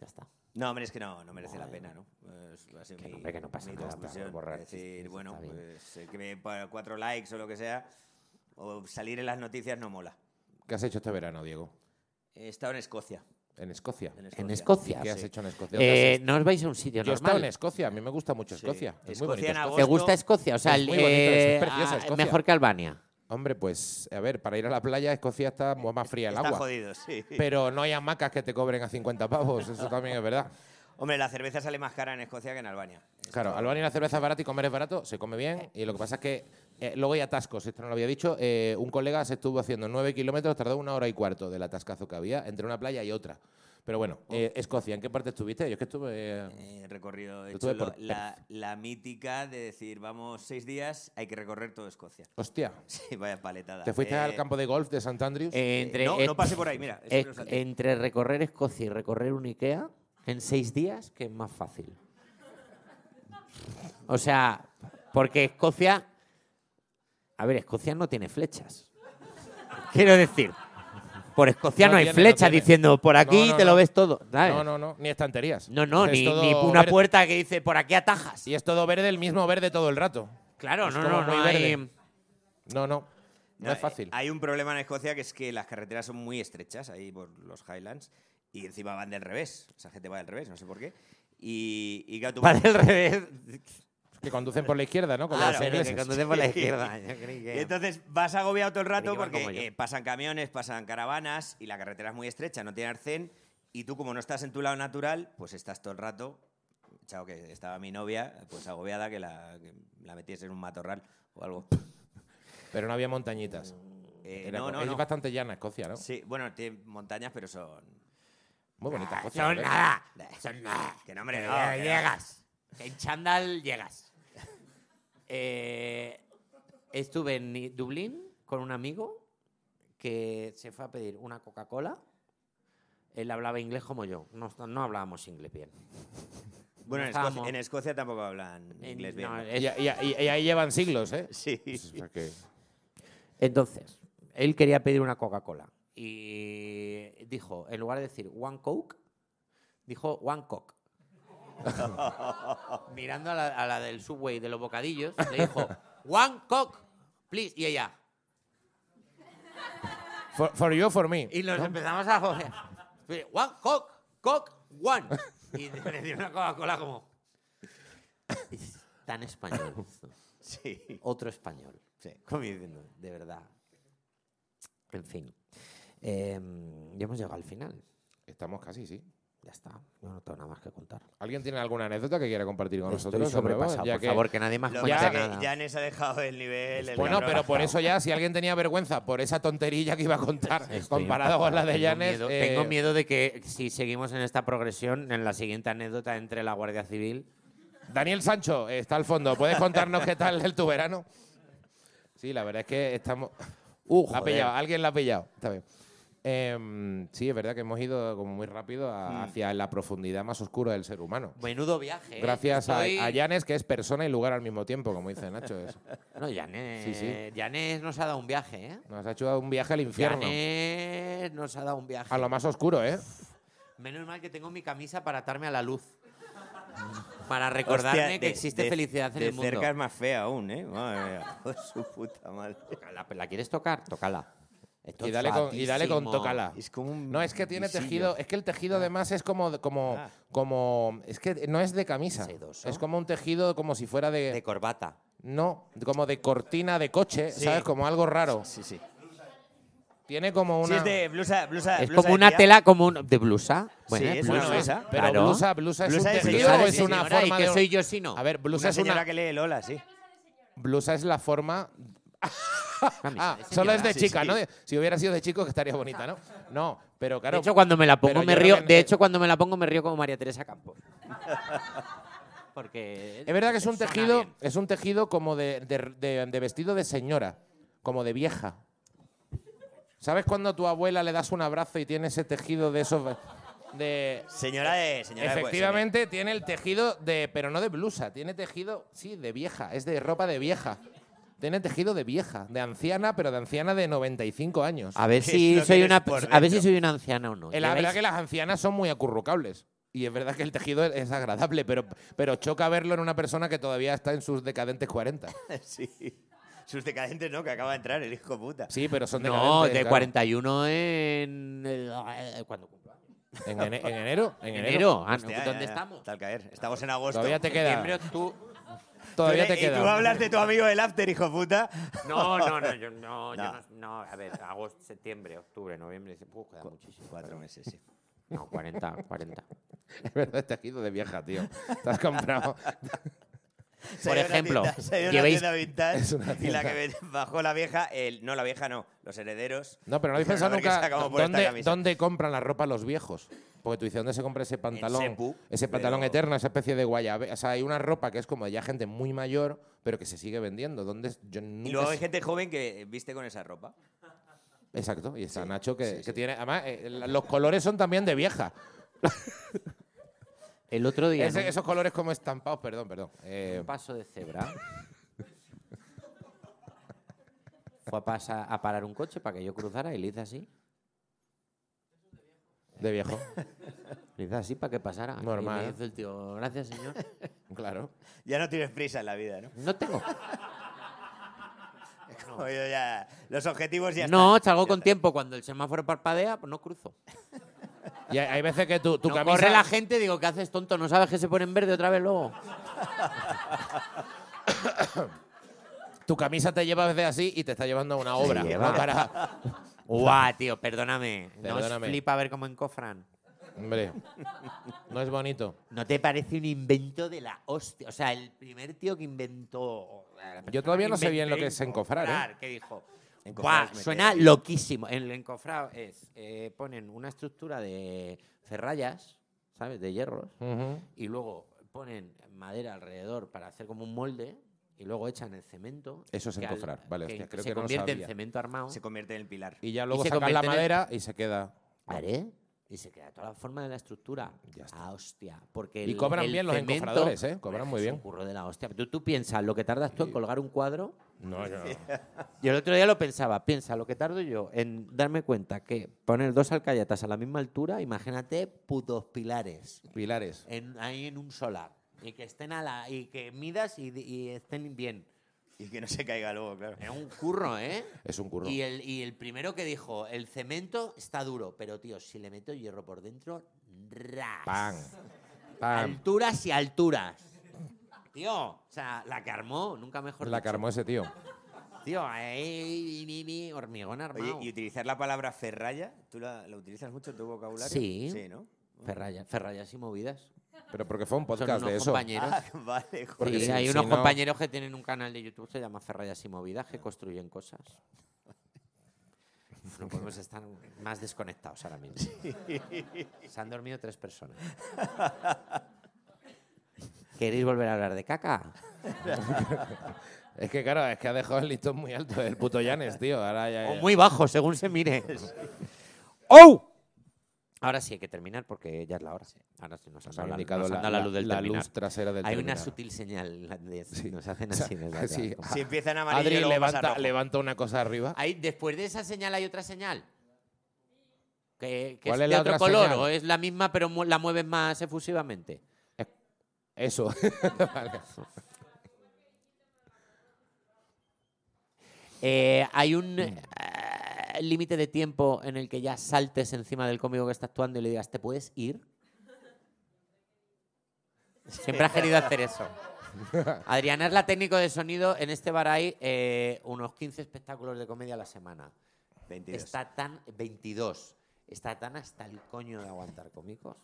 [SPEAKER 1] Ya está.
[SPEAKER 4] No, hombre, es que no, no merece la pena, ¿no? Es, ha sido
[SPEAKER 1] Que no, hombre, que no pasa nada,
[SPEAKER 4] conclusión.
[SPEAKER 1] por borrar
[SPEAKER 4] Es decir,
[SPEAKER 1] chistes,
[SPEAKER 4] bueno,
[SPEAKER 1] está bien.
[SPEAKER 4] pues eh, que me ponga cuatro likes o lo que sea, o salir en las noticias no mola.
[SPEAKER 2] ¿qué has hecho este verano, Diego?
[SPEAKER 4] He estado en Escocia.
[SPEAKER 2] En Escocia.
[SPEAKER 4] En Escocia.
[SPEAKER 1] En Escocia.
[SPEAKER 2] ¿Qué has
[SPEAKER 1] sí.
[SPEAKER 2] hecho en Escocia? ¿Dónde has
[SPEAKER 1] Eh,
[SPEAKER 2] estado?
[SPEAKER 1] no os vais a un sitio
[SPEAKER 2] Yo he
[SPEAKER 1] normal.
[SPEAKER 2] estado en Escocia. A mí me gusta mucho
[SPEAKER 4] Sí.
[SPEAKER 2] Escocia. Es muy
[SPEAKER 4] Escocia
[SPEAKER 2] bonito.
[SPEAKER 4] en
[SPEAKER 2] Escocia.
[SPEAKER 1] ¿Te
[SPEAKER 4] Agosto.
[SPEAKER 1] gusta Escocia? O sea,
[SPEAKER 2] Es
[SPEAKER 1] el-
[SPEAKER 2] muy bonito, es
[SPEAKER 1] eh,
[SPEAKER 2] preciosa
[SPEAKER 1] ah,
[SPEAKER 2] Escocia.
[SPEAKER 1] mejor que Albania.
[SPEAKER 2] Hombre, pues, a ver, para ir a la playa, Escocia está mu- más fría el
[SPEAKER 4] Eh, Está
[SPEAKER 2] agua.
[SPEAKER 4] jodido, sí.
[SPEAKER 2] Pero no hay hamacas que te cobren a 50 pavos, eso también es verdad.
[SPEAKER 4] Hombre, la cerveza sale más cara en Escocia que en Albania.
[SPEAKER 2] Claro, Albania la cerveza es barata y comer es barato, se come bien. Y lo que pasa es que eh, luego hay atascos, esto no lo había dicho. eh, un colega se estuvo haciendo 9 kilómetros, tardó una hora y cuarto del atascazo que había entre una playa y otra. Pero bueno,
[SPEAKER 4] Oh.
[SPEAKER 2] eh, Escocia, ¿en qué parte estuviste? Yo es que estuve... eh,
[SPEAKER 4] Eh, recorrido he
[SPEAKER 2] Yo estuve
[SPEAKER 4] hecho lo-
[SPEAKER 2] por
[SPEAKER 4] la, la mítica de decir, vamos seis días, hay que recorrer toda Escocia.
[SPEAKER 2] hostia,
[SPEAKER 4] Sí, vaya paletada.
[SPEAKER 2] ¿te fuiste
[SPEAKER 4] Eh,
[SPEAKER 2] al campo de golf de Sant Andrews?
[SPEAKER 1] Eh, entre,
[SPEAKER 4] no,
[SPEAKER 1] eh,
[SPEAKER 4] no pasé por ahí, mira. eso
[SPEAKER 1] eh,
[SPEAKER 4] me lo salté.
[SPEAKER 1] entre recorrer Escocia y recorrer un Ikea en seis días, que es más fácil. O sea, porque Escocia. A ver, Escocia no tiene flechas. Quiero decir, por Escocia
[SPEAKER 2] No
[SPEAKER 1] no, hay
[SPEAKER 2] tiene, no
[SPEAKER 1] flecha
[SPEAKER 2] tiene.
[SPEAKER 1] diciendo por aquí
[SPEAKER 2] No, no,
[SPEAKER 1] te lo
[SPEAKER 2] no.
[SPEAKER 1] ves todo. ¿sabes?
[SPEAKER 4] eh.
[SPEAKER 2] no, no, no, ni estanterías.
[SPEAKER 1] No, no,
[SPEAKER 2] Es
[SPEAKER 1] ni,
[SPEAKER 2] todo
[SPEAKER 1] ni una
[SPEAKER 2] verde.
[SPEAKER 1] puerta que dice por aquí atajas.
[SPEAKER 2] Y es todo verde, el mismo verde todo el rato.
[SPEAKER 1] Claro,
[SPEAKER 2] es
[SPEAKER 1] no,
[SPEAKER 2] como
[SPEAKER 1] no,
[SPEAKER 2] muy
[SPEAKER 1] no hay.
[SPEAKER 2] verde. No, no, no,
[SPEAKER 4] No,
[SPEAKER 2] es fácil.
[SPEAKER 4] eh, Hay un problema en Escocia que es que las carreteras son muy estrechas ahí por los Highlands y encima van del revés. Esa gente va del revés, no sé por qué. Y, y claro, tú
[SPEAKER 1] Para el revés.
[SPEAKER 2] Que conducen por la izquierda, ¿no? Como
[SPEAKER 4] Claro,
[SPEAKER 2] los
[SPEAKER 4] pero que
[SPEAKER 2] ingleses.
[SPEAKER 1] conducen por la izquierda. Yo creí
[SPEAKER 4] Y
[SPEAKER 1] que-
[SPEAKER 4] entonces vas agobiado todo el rato
[SPEAKER 1] Creí que iban como yo.
[SPEAKER 4] porque eh, pasan camiones, pasan caravanas y la carretera es muy estrecha, no tiene arcén. Y tú, como no estás en tu lado natural, pues estás todo el rato. Chao, que estaba mi novia, pues agobiada que la, que la metiese en un matorral o algo.
[SPEAKER 2] Pero no había montañitas.
[SPEAKER 4] Eh,
[SPEAKER 2] Era
[SPEAKER 4] no,
[SPEAKER 2] co-
[SPEAKER 4] no,
[SPEAKER 2] es
[SPEAKER 4] no.
[SPEAKER 2] bastante llana Escocia, ¿no?
[SPEAKER 4] Sí, bueno, tiene montañas, pero son.
[SPEAKER 2] Muy
[SPEAKER 4] Ah,
[SPEAKER 2] bonita Escocia.
[SPEAKER 1] Son
[SPEAKER 2] ¿eh?
[SPEAKER 1] nada. Son nada.
[SPEAKER 4] Que no, hombre,
[SPEAKER 1] Que
[SPEAKER 4] no, que no.
[SPEAKER 1] llegas. Que En chándal llegas. Eh, estuve en Ni- Dublín con un amigo que se fue a pedir una Coca-Cola. Él hablaba inglés como yo. No, no hablábamos inglés bien.
[SPEAKER 4] Bueno, en
[SPEAKER 1] Estábamos-
[SPEAKER 4] Escocia, en Escocia tampoco hablan
[SPEAKER 1] En-
[SPEAKER 4] inglés bien.
[SPEAKER 1] no, eh.
[SPEAKER 4] ¿no?
[SPEAKER 1] es-
[SPEAKER 2] Y, y- y- y ahí llevan siglos, ¿eh?
[SPEAKER 4] Sí.
[SPEAKER 2] O sea que-
[SPEAKER 1] Entonces, él quería pedir una Coca-Cola. Y dijo, en lugar de decir one Coke, dijo one Coke. Mirando a la, a la del subway de los bocadillos, le dijo, one Coke, please. Y ella.
[SPEAKER 2] For, for you, for me.
[SPEAKER 1] Y nos empezamos a joder. Pero, One Coke, Coke, one. Y le dio una Coca-Cola como. Es Tan español.
[SPEAKER 4] Sí.
[SPEAKER 1] Otro español.
[SPEAKER 4] Sí.
[SPEAKER 1] Como diciendo, de verdad. En fin. Em, ya hemos llegado al final.
[SPEAKER 2] Estamos casi, sí.
[SPEAKER 1] Ya está. Yo no tengo nada más que contar.
[SPEAKER 2] ¿Alguien tiene alguna anécdota que quiera compartir con
[SPEAKER 1] Estoy
[SPEAKER 2] nosotros? de nuevo?
[SPEAKER 1] sobrepasado,
[SPEAKER 2] Ya
[SPEAKER 1] por
[SPEAKER 2] que-
[SPEAKER 1] favor, que nadie más
[SPEAKER 4] Lo
[SPEAKER 2] que
[SPEAKER 4] que
[SPEAKER 1] cuente
[SPEAKER 2] pasa
[SPEAKER 4] pasa
[SPEAKER 2] que
[SPEAKER 4] que
[SPEAKER 1] nada.
[SPEAKER 4] Janes ha dejado el nivel. el
[SPEAKER 2] Bueno,
[SPEAKER 4] cabrón.
[SPEAKER 2] pero por eso ya, si alguien tenía vergüenza por esa tonterilla que iba a contar
[SPEAKER 1] Estoy
[SPEAKER 2] comparado con la de
[SPEAKER 1] empapado.
[SPEAKER 2] Yanes,
[SPEAKER 1] Tengo miedo,
[SPEAKER 2] eh,
[SPEAKER 1] tengo miedo de que si seguimos en esta progresión, en la siguiente anécdota entre la Guardia Civil.
[SPEAKER 2] Daniel Sancho eh, está al fondo. ¿Puedes contarnos qué tal el tu verano? Sí, la verdad es que estamos.
[SPEAKER 1] Uh,
[SPEAKER 2] La ha
[SPEAKER 1] joder.
[SPEAKER 2] pillado, alguien la ha pillado. Está bien. Em, sí, es verdad que hemos ido como muy rápido a-
[SPEAKER 1] Mm.
[SPEAKER 2] hacia la profundidad más oscura del ser humano.
[SPEAKER 1] Menudo viaje. ¿eh?
[SPEAKER 2] Gracias a,
[SPEAKER 1] Estoy-
[SPEAKER 2] a Yanes, que es persona y lugar al mismo tiempo, como dice Nacho. es-
[SPEAKER 1] No, Yanes,
[SPEAKER 2] Sí, sí.
[SPEAKER 1] Yanes nos ha dado un viaje, ¿eh?
[SPEAKER 2] nos ha hecho un viaje al infierno.
[SPEAKER 1] Yanes nos ha dado un viaje.
[SPEAKER 2] A lo más oscuro, ¿eh?
[SPEAKER 1] Menos mal que tengo mi camisa para atarme a la luz. Para recordarme
[SPEAKER 4] Hostia,
[SPEAKER 1] que
[SPEAKER 4] de-
[SPEAKER 1] existe
[SPEAKER 4] de-
[SPEAKER 1] felicidad en
[SPEAKER 4] de
[SPEAKER 1] el mundo.
[SPEAKER 4] cerca es más fea aún, ¿eh? Madre mía, por su puta madre.
[SPEAKER 1] ¿La, la quieres tocar? Tócala. Esto
[SPEAKER 2] Y
[SPEAKER 1] es
[SPEAKER 2] dale con, y dale con
[SPEAKER 1] guapísimo.
[SPEAKER 2] tócala.
[SPEAKER 4] Es como un
[SPEAKER 2] No, es que tiene
[SPEAKER 4] Mm, visillo.
[SPEAKER 2] tejido. eh, Es que el tejido además es como. como,
[SPEAKER 4] Ah.
[SPEAKER 2] como es que no es de camisa.
[SPEAKER 1] Sedoso.
[SPEAKER 2] Es como un tejido como si fuera de.
[SPEAKER 1] De corbata.
[SPEAKER 2] no, como de cortina de coche,
[SPEAKER 4] Sí.
[SPEAKER 2] ¿sabes? Como algo raro.
[SPEAKER 4] Sí, sí.
[SPEAKER 2] Tiene como una.
[SPEAKER 4] Sí, es de blusa, blusa,
[SPEAKER 1] Es
[SPEAKER 4] blusa
[SPEAKER 1] como
[SPEAKER 4] de
[SPEAKER 1] una
[SPEAKER 4] tía.
[SPEAKER 1] tela, como un, de blusa. Bueno,
[SPEAKER 4] es
[SPEAKER 2] Bueno,
[SPEAKER 4] una
[SPEAKER 2] es-
[SPEAKER 4] blusa.
[SPEAKER 2] pero
[SPEAKER 1] Claro.
[SPEAKER 2] blusa, blusa es
[SPEAKER 4] Blusa
[SPEAKER 2] un
[SPEAKER 4] de
[SPEAKER 2] tejido
[SPEAKER 4] señora,
[SPEAKER 2] o
[SPEAKER 4] de
[SPEAKER 2] es una
[SPEAKER 1] señora, ¿y
[SPEAKER 2] forma
[SPEAKER 1] que
[SPEAKER 2] de.
[SPEAKER 1] soy yo si no?
[SPEAKER 2] A ver, blusa
[SPEAKER 4] Una
[SPEAKER 2] es una.
[SPEAKER 4] señora que lee Lola, sí.
[SPEAKER 2] Blusa es la forma.
[SPEAKER 1] Camisa
[SPEAKER 2] Ah,
[SPEAKER 1] de
[SPEAKER 2] solo es de
[SPEAKER 4] sí,
[SPEAKER 2] chica,
[SPEAKER 4] sí.
[SPEAKER 2] ¿no? Si hubiera sido de chico, que estaría bonita, ¿no? No, pero claro.
[SPEAKER 1] de hecho, cuando me la pongo
[SPEAKER 2] pero
[SPEAKER 1] me
[SPEAKER 2] yo
[SPEAKER 1] río.
[SPEAKER 2] creo que-
[SPEAKER 1] De hecho, cuando me la pongo me río como María Teresa Campos. Porque
[SPEAKER 2] Es verdad que es un
[SPEAKER 1] suena
[SPEAKER 2] tejido,
[SPEAKER 1] bien.
[SPEAKER 2] es un tejido como de, de- de- de vestido de señora, como de vieja. ¿Sabes cuando a tu abuela le das un abrazo y tiene ese tejido de esos de
[SPEAKER 4] Señora de. Señora
[SPEAKER 1] pues,
[SPEAKER 4] de-
[SPEAKER 2] Efectivamente tiene el tejido de pero no de blusa, tiene tejido sí, de vieja, es de ropa de vieja. Tiene tejido de vieja, de anciana, pero de anciana de 95 años.
[SPEAKER 1] A ver
[SPEAKER 4] Es
[SPEAKER 1] si
[SPEAKER 4] lo que
[SPEAKER 1] soy
[SPEAKER 4] eres
[SPEAKER 1] una
[SPEAKER 4] por
[SPEAKER 1] a ver si
[SPEAKER 4] dentro.
[SPEAKER 1] soy una anciana o no.
[SPEAKER 4] Pues
[SPEAKER 2] Eh, La
[SPEAKER 1] ¿Lleváis?
[SPEAKER 2] verdad que las ancianas son muy acurrucables. Y es verdad que el tejido es- es agradable, pero, pero choca verlo en una persona que todavía está en sus decadentes 40.
[SPEAKER 4] Sí. Sus decadentes, ¿no? Que acaba de entrar el hijo puta.
[SPEAKER 2] Sí, pero son
[SPEAKER 1] No,
[SPEAKER 2] decadentes,
[SPEAKER 1] de
[SPEAKER 2] claro.
[SPEAKER 1] 41 en eh, cuando cumplo años.
[SPEAKER 2] En, ene- en enero, en enero.
[SPEAKER 1] enero. Ah, no,
[SPEAKER 4] Hostia, ya,
[SPEAKER 1] ¿Dónde
[SPEAKER 4] ya,
[SPEAKER 1] estamos?
[SPEAKER 4] Tal caer. Estamos en agosto.
[SPEAKER 2] Todavía te
[SPEAKER 1] Septiembre,
[SPEAKER 2] queda.
[SPEAKER 1] octu-
[SPEAKER 2] Todavía te
[SPEAKER 4] Y tú
[SPEAKER 2] queda.
[SPEAKER 4] hablas de tu amigo del after, hijo puta.
[SPEAKER 1] No, no, no, yo no, yo
[SPEAKER 4] No.
[SPEAKER 1] no, no, a ver, agosto, septiembre, octubre, noviembre, diciembre, uf, queda muchísimo.
[SPEAKER 4] Cuatro meses, sí.
[SPEAKER 1] No, 40, 40.
[SPEAKER 2] Es verdad, es tejido de vieja, tío. Te has comprado.
[SPEAKER 4] Se
[SPEAKER 1] Por
[SPEAKER 4] dio una
[SPEAKER 1] ejemplo,
[SPEAKER 4] tienda- se dio una
[SPEAKER 1] llevéis-
[SPEAKER 4] tienda vintage
[SPEAKER 2] Es una
[SPEAKER 4] y la
[SPEAKER 2] tienda.
[SPEAKER 4] que ven- bajó la vieja, el, no la vieja no, los herederos.
[SPEAKER 2] No, pero no habéis
[SPEAKER 4] Dijeron,
[SPEAKER 2] pensado
[SPEAKER 4] "A ver qué
[SPEAKER 2] nunca
[SPEAKER 4] sacamos por esta
[SPEAKER 2] ¿dónde,
[SPEAKER 4] camisa".
[SPEAKER 2] dónde compran la ropa los viejos. Porque tú dices, ¿dónde se compra ese pantalón?
[SPEAKER 4] Sepu,
[SPEAKER 2] ese pantalón
[SPEAKER 4] pero-
[SPEAKER 2] eterno, esa especie de guayabe. O sea, hay una ropa que es como ya gente muy mayor, pero que se sigue vendiendo. ¿Dónde es- yo nunca
[SPEAKER 4] Y luego hay
[SPEAKER 2] sé-
[SPEAKER 4] gente joven que viste con esa ropa.
[SPEAKER 2] Exacto, y está Nacho que, que tiene. Además, eh, la- los colores son también de vieja.
[SPEAKER 1] El otro día, en
[SPEAKER 2] Ese-
[SPEAKER 1] un-
[SPEAKER 2] esos colores como estampados, perdón, perdón. Eh,
[SPEAKER 1] un paso de cebra. Fue a, pasa- a parar un coche para que yo cruzara y le hice así.
[SPEAKER 2] de viejo,
[SPEAKER 1] Le hice así para que pasara. Y
[SPEAKER 2] Normal.
[SPEAKER 1] me dice el tío, gracias, señor.
[SPEAKER 2] claro.
[SPEAKER 4] Ya no tienes prisa en la vida, ¿no?
[SPEAKER 1] No tengo.
[SPEAKER 4] Como yo ya- los objetivos ya
[SPEAKER 1] no,
[SPEAKER 4] están.
[SPEAKER 1] salgo
[SPEAKER 4] Ya
[SPEAKER 1] con
[SPEAKER 4] están.
[SPEAKER 1] tiempo. Cuando el semáforo parpadea, pues no cruzo.
[SPEAKER 2] Y hay, hay veces que tu, tu
[SPEAKER 1] No,
[SPEAKER 2] camisa.
[SPEAKER 1] Corre la gente, digo, ¿qué haces, tonto? ¿No sabes que se pone en verde otra vez luego?
[SPEAKER 2] Tu camisa te lleva a veces así y te está llevando a una obra.
[SPEAKER 1] lleva.
[SPEAKER 2] ¿no? Para-
[SPEAKER 1] Guau, tío, perdóname. No
[SPEAKER 2] Perdóname.
[SPEAKER 1] os flipa ver cómo encofran.
[SPEAKER 2] Hombre, no es bonito.
[SPEAKER 1] ¿No te parece un invento de la hostia? O sea, el primer tío que inventó.
[SPEAKER 2] Yo todavía no sé bien lo que es encofrar, ¿eh?
[SPEAKER 1] Que dijo.
[SPEAKER 4] Encofrar
[SPEAKER 1] "Buah,
[SPEAKER 4] es meter
[SPEAKER 1] suena
[SPEAKER 4] ahí".
[SPEAKER 1] loquísimo. El encofrado es. eh, ponen una estructura de ferrallas, ¿sabes? De hierros.
[SPEAKER 2] Ujú.
[SPEAKER 1] Y luego ponen madera alrededor para hacer como un molde. Y luego echan el cemento.
[SPEAKER 2] Eso es
[SPEAKER 1] que al-
[SPEAKER 2] encofrar. Vale, hostia, creo
[SPEAKER 1] se
[SPEAKER 2] que no lo
[SPEAKER 1] convierte
[SPEAKER 2] sabía.
[SPEAKER 1] en cemento armado.
[SPEAKER 4] Se convierte en el pilar.
[SPEAKER 2] Y ya luego
[SPEAKER 1] se
[SPEAKER 2] sacas la
[SPEAKER 1] convierte en el-
[SPEAKER 2] madera y se queda.
[SPEAKER 1] Haré. Y se queda toda la forma de la estructura.
[SPEAKER 2] Ya está.
[SPEAKER 1] Ah, hostia. Porque
[SPEAKER 2] Y
[SPEAKER 1] el-
[SPEAKER 2] cobran
[SPEAKER 1] el
[SPEAKER 2] bien los
[SPEAKER 1] cemento-
[SPEAKER 2] encofradores, ¿eh? Cobran
[SPEAKER 1] Hombre,
[SPEAKER 2] muy
[SPEAKER 1] es
[SPEAKER 2] bien.
[SPEAKER 1] un curro de la hostia. Tú, tú piensas lo que tardas tú en colgar un cuadro.
[SPEAKER 2] No, yo
[SPEAKER 1] Yo el otro día lo pensaba. Piensa lo que tardo yo en darme cuenta que poner dos alcayatas a la misma altura, imagínate putos pilares
[SPEAKER 2] Pilares.
[SPEAKER 1] en- ahí en un solar. Y que estén a la. Y que midas y, y estén bien.
[SPEAKER 4] Y que no se caiga luego, claro.
[SPEAKER 1] Es un curro, ¿eh?
[SPEAKER 2] Es un curro.
[SPEAKER 1] Y el, y el primero que dijo, el cemento está duro, pero tío, si le meto hierro por dentro, ras.
[SPEAKER 2] Pan. Pan.
[SPEAKER 1] Alturas y alturas. Tío, o sea, la que armó, nunca mejor
[SPEAKER 2] La
[SPEAKER 1] dicho.
[SPEAKER 2] que armó ese tío.
[SPEAKER 1] Tío, ahí, ni, ni, ni, hormigón
[SPEAKER 4] Oye,
[SPEAKER 1] armado.
[SPEAKER 4] y utilizar la palabra ferralla, ¿tú la, la utilizas mucho en tu vocabulario?
[SPEAKER 1] Sí.
[SPEAKER 4] Sí, ¿no?
[SPEAKER 1] Ferraya- Ferrayas y movidas.
[SPEAKER 2] Pero porque fue un podcast
[SPEAKER 1] Son unos
[SPEAKER 2] de eso.
[SPEAKER 1] compañeros.
[SPEAKER 4] Ah, vale. joder.
[SPEAKER 2] Porque
[SPEAKER 1] Sí,
[SPEAKER 2] si-
[SPEAKER 1] hay
[SPEAKER 2] si
[SPEAKER 1] unos
[SPEAKER 2] no-
[SPEAKER 1] compañeros que tienen un canal de YouTube, se llama Ferrayas y Movidas, que construyen cosas. No podemos estar más desconectados ahora mismo. Se han dormido tres personas. ¿Queréis volver a hablar de caca?
[SPEAKER 2] Es que claro, es que ha dejado el listón muy alto el puto Yanes, tío. Ahora ya,
[SPEAKER 1] O muy bajo, según se mire. ¡Oh! Ahora sí hay que terminar porque ya es la hora. Ahora sí nos han
[SPEAKER 2] nos han
[SPEAKER 1] dado la-
[SPEAKER 2] indicado
[SPEAKER 1] nos han dado la, luz del terminar.
[SPEAKER 2] luz trasera del
[SPEAKER 1] Hay
[SPEAKER 2] terminar.
[SPEAKER 1] una sutil señal. la de-
[SPEAKER 2] Sí.
[SPEAKER 1] Nos hacen
[SPEAKER 2] O sea,
[SPEAKER 1] así. ¿verdad?
[SPEAKER 2] sí.
[SPEAKER 1] Como-
[SPEAKER 4] Si empieza en amarillo,
[SPEAKER 2] Adri
[SPEAKER 4] luego pasa a
[SPEAKER 2] levanta,
[SPEAKER 4] rojo.
[SPEAKER 2] levanta una cosa arriba.
[SPEAKER 1] Ahí, después de esa señal hay otra señal. Que, que
[SPEAKER 2] ¿Cuál
[SPEAKER 1] es,
[SPEAKER 2] es
[SPEAKER 1] de
[SPEAKER 2] la
[SPEAKER 1] otro
[SPEAKER 2] otra
[SPEAKER 1] color
[SPEAKER 2] señal?
[SPEAKER 1] o es la misma pero mu- la mueves más efusivamente.
[SPEAKER 2] Eso. Vale.
[SPEAKER 1] Eh, hay
[SPEAKER 2] Mm.
[SPEAKER 1] un eh, límite de tiempo en el que ya saltes encima del cómico que está actuando y le digas, ¿te puedes ir? Siempre has querido hacer eso. Adriana es la técnico de sonido. En este bar hay eh, unos 15 espectáculos de comedia a la semana.
[SPEAKER 4] 22.
[SPEAKER 1] Está tan... 22. Está tan hasta el coño de aguantar cómicos.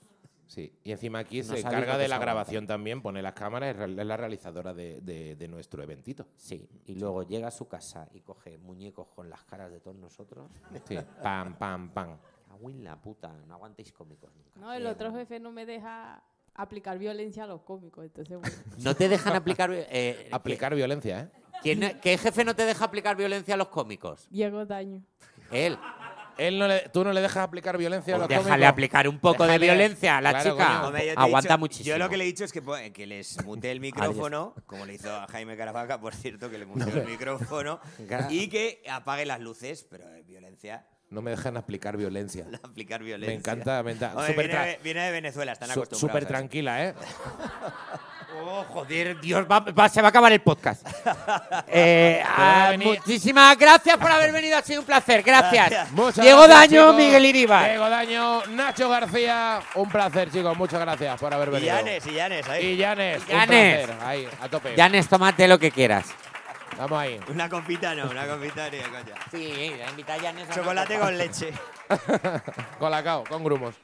[SPEAKER 2] Sí, y encima aquí
[SPEAKER 1] No
[SPEAKER 2] se
[SPEAKER 1] sabéis lo
[SPEAKER 2] carga
[SPEAKER 1] que
[SPEAKER 2] de
[SPEAKER 1] se
[SPEAKER 2] la
[SPEAKER 1] aguanta.
[SPEAKER 2] grabación también, pone las cámaras, es real- es la realizadora de, de- de nuestro eventito.
[SPEAKER 1] Sí, y luego llega a su casa y coge muñecos con las caras de todos nosotros.
[SPEAKER 2] Sí, pam, pam, pam.
[SPEAKER 1] Cago en la puta, no aguantéis cómicos nunca.
[SPEAKER 7] No, el
[SPEAKER 1] Eh,
[SPEAKER 7] otro jefe no me deja aplicar violencia a los cómicos, entonces bueno.
[SPEAKER 1] No te dejan aplicar... eh,
[SPEAKER 2] Aplicar violencia, ¿eh?
[SPEAKER 1] ¿quién- quién- ¿Qué jefe no te deja aplicar violencia a los cómicos?
[SPEAKER 7] Diego Daño.
[SPEAKER 1] Él.
[SPEAKER 2] Él no le- tú no le dejas aplicar violencia a los
[SPEAKER 1] Pues déjale
[SPEAKER 2] cómicos.
[SPEAKER 1] aplicar un poco de
[SPEAKER 2] Déjale-
[SPEAKER 1] violencia a la
[SPEAKER 2] Claro,
[SPEAKER 1] chica.
[SPEAKER 2] coño.
[SPEAKER 4] Hombre, yo te he
[SPEAKER 1] Aguanta
[SPEAKER 4] dicho-
[SPEAKER 1] muchísimo.
[SPEAKER 4] Yo lo que le he dicho es que, po- que les muté el micrófono, como le hizo a Jaime Caravaca, por cierto, que le muteó el micrófono, y que apague las luces, pero eh, violencia,
[SPEAKER 2] No me dejan aplicar violencia.
[SPEAKER 4] aplicar violencia.
[SPEAKER 2] Me encanta, me encanta.
[SPEAKER 4] Hombre,
[SPEAKER 2] Súper
[SPEAKER 4] viene,
[SPEAKER 2] tra-
[SPEAKER 4] de- viene de Venezuela, están
[SPEAKER 2] su-
[SPEAKER 4] acostumbrados.
[SPEAKER 2] Súper
[SPEAKER 4] a eso.
[SPEAKER 2] tranquila, ¿eh?
[SPEAKER 1] Oh, joder, Dios, va- va- se va a acabar el podcast. Eh, ah,
[SPEAKER 2] venir-
[SPEAKER 1] muchísimas gracias por haber venido, ha sido un placer, gracias.
[SPEAKER 2] Muchas
[SPEAKER 1] Diego
[SPEAKER 2] gracias,
[SPEAKER 1] Daño,
[SPEAKER 2] chicos.
[SPEAKER 1] Miguel Iribar.
[SPEAKER 2] Diego Daño, Nacho García. Un placer, chicos. Muchas gracias por haber
[SPEAKER 4] Y
[SPEAKER 2] venido.
[SPEAKER 4] Llanes, y Llanes, ahí.
[SPEAKER 2] Y Llanes.
[SPEAKER 1] Y Llanes.
[SPEAKER 2] Un placer. Ahí, a tope.
[SPEAKER 1] Janes, tómate lo que quieras.
[SPEAKER 2] Vamos ahí.
[SPEAKER 4] Una compita no, una compita ni de coña.
[SPEAKER 1] Sí, la invita a Janes.
[SPEAKER 4] Chocolate con leche.
[SPEAKER 2] Colacao, con grumos.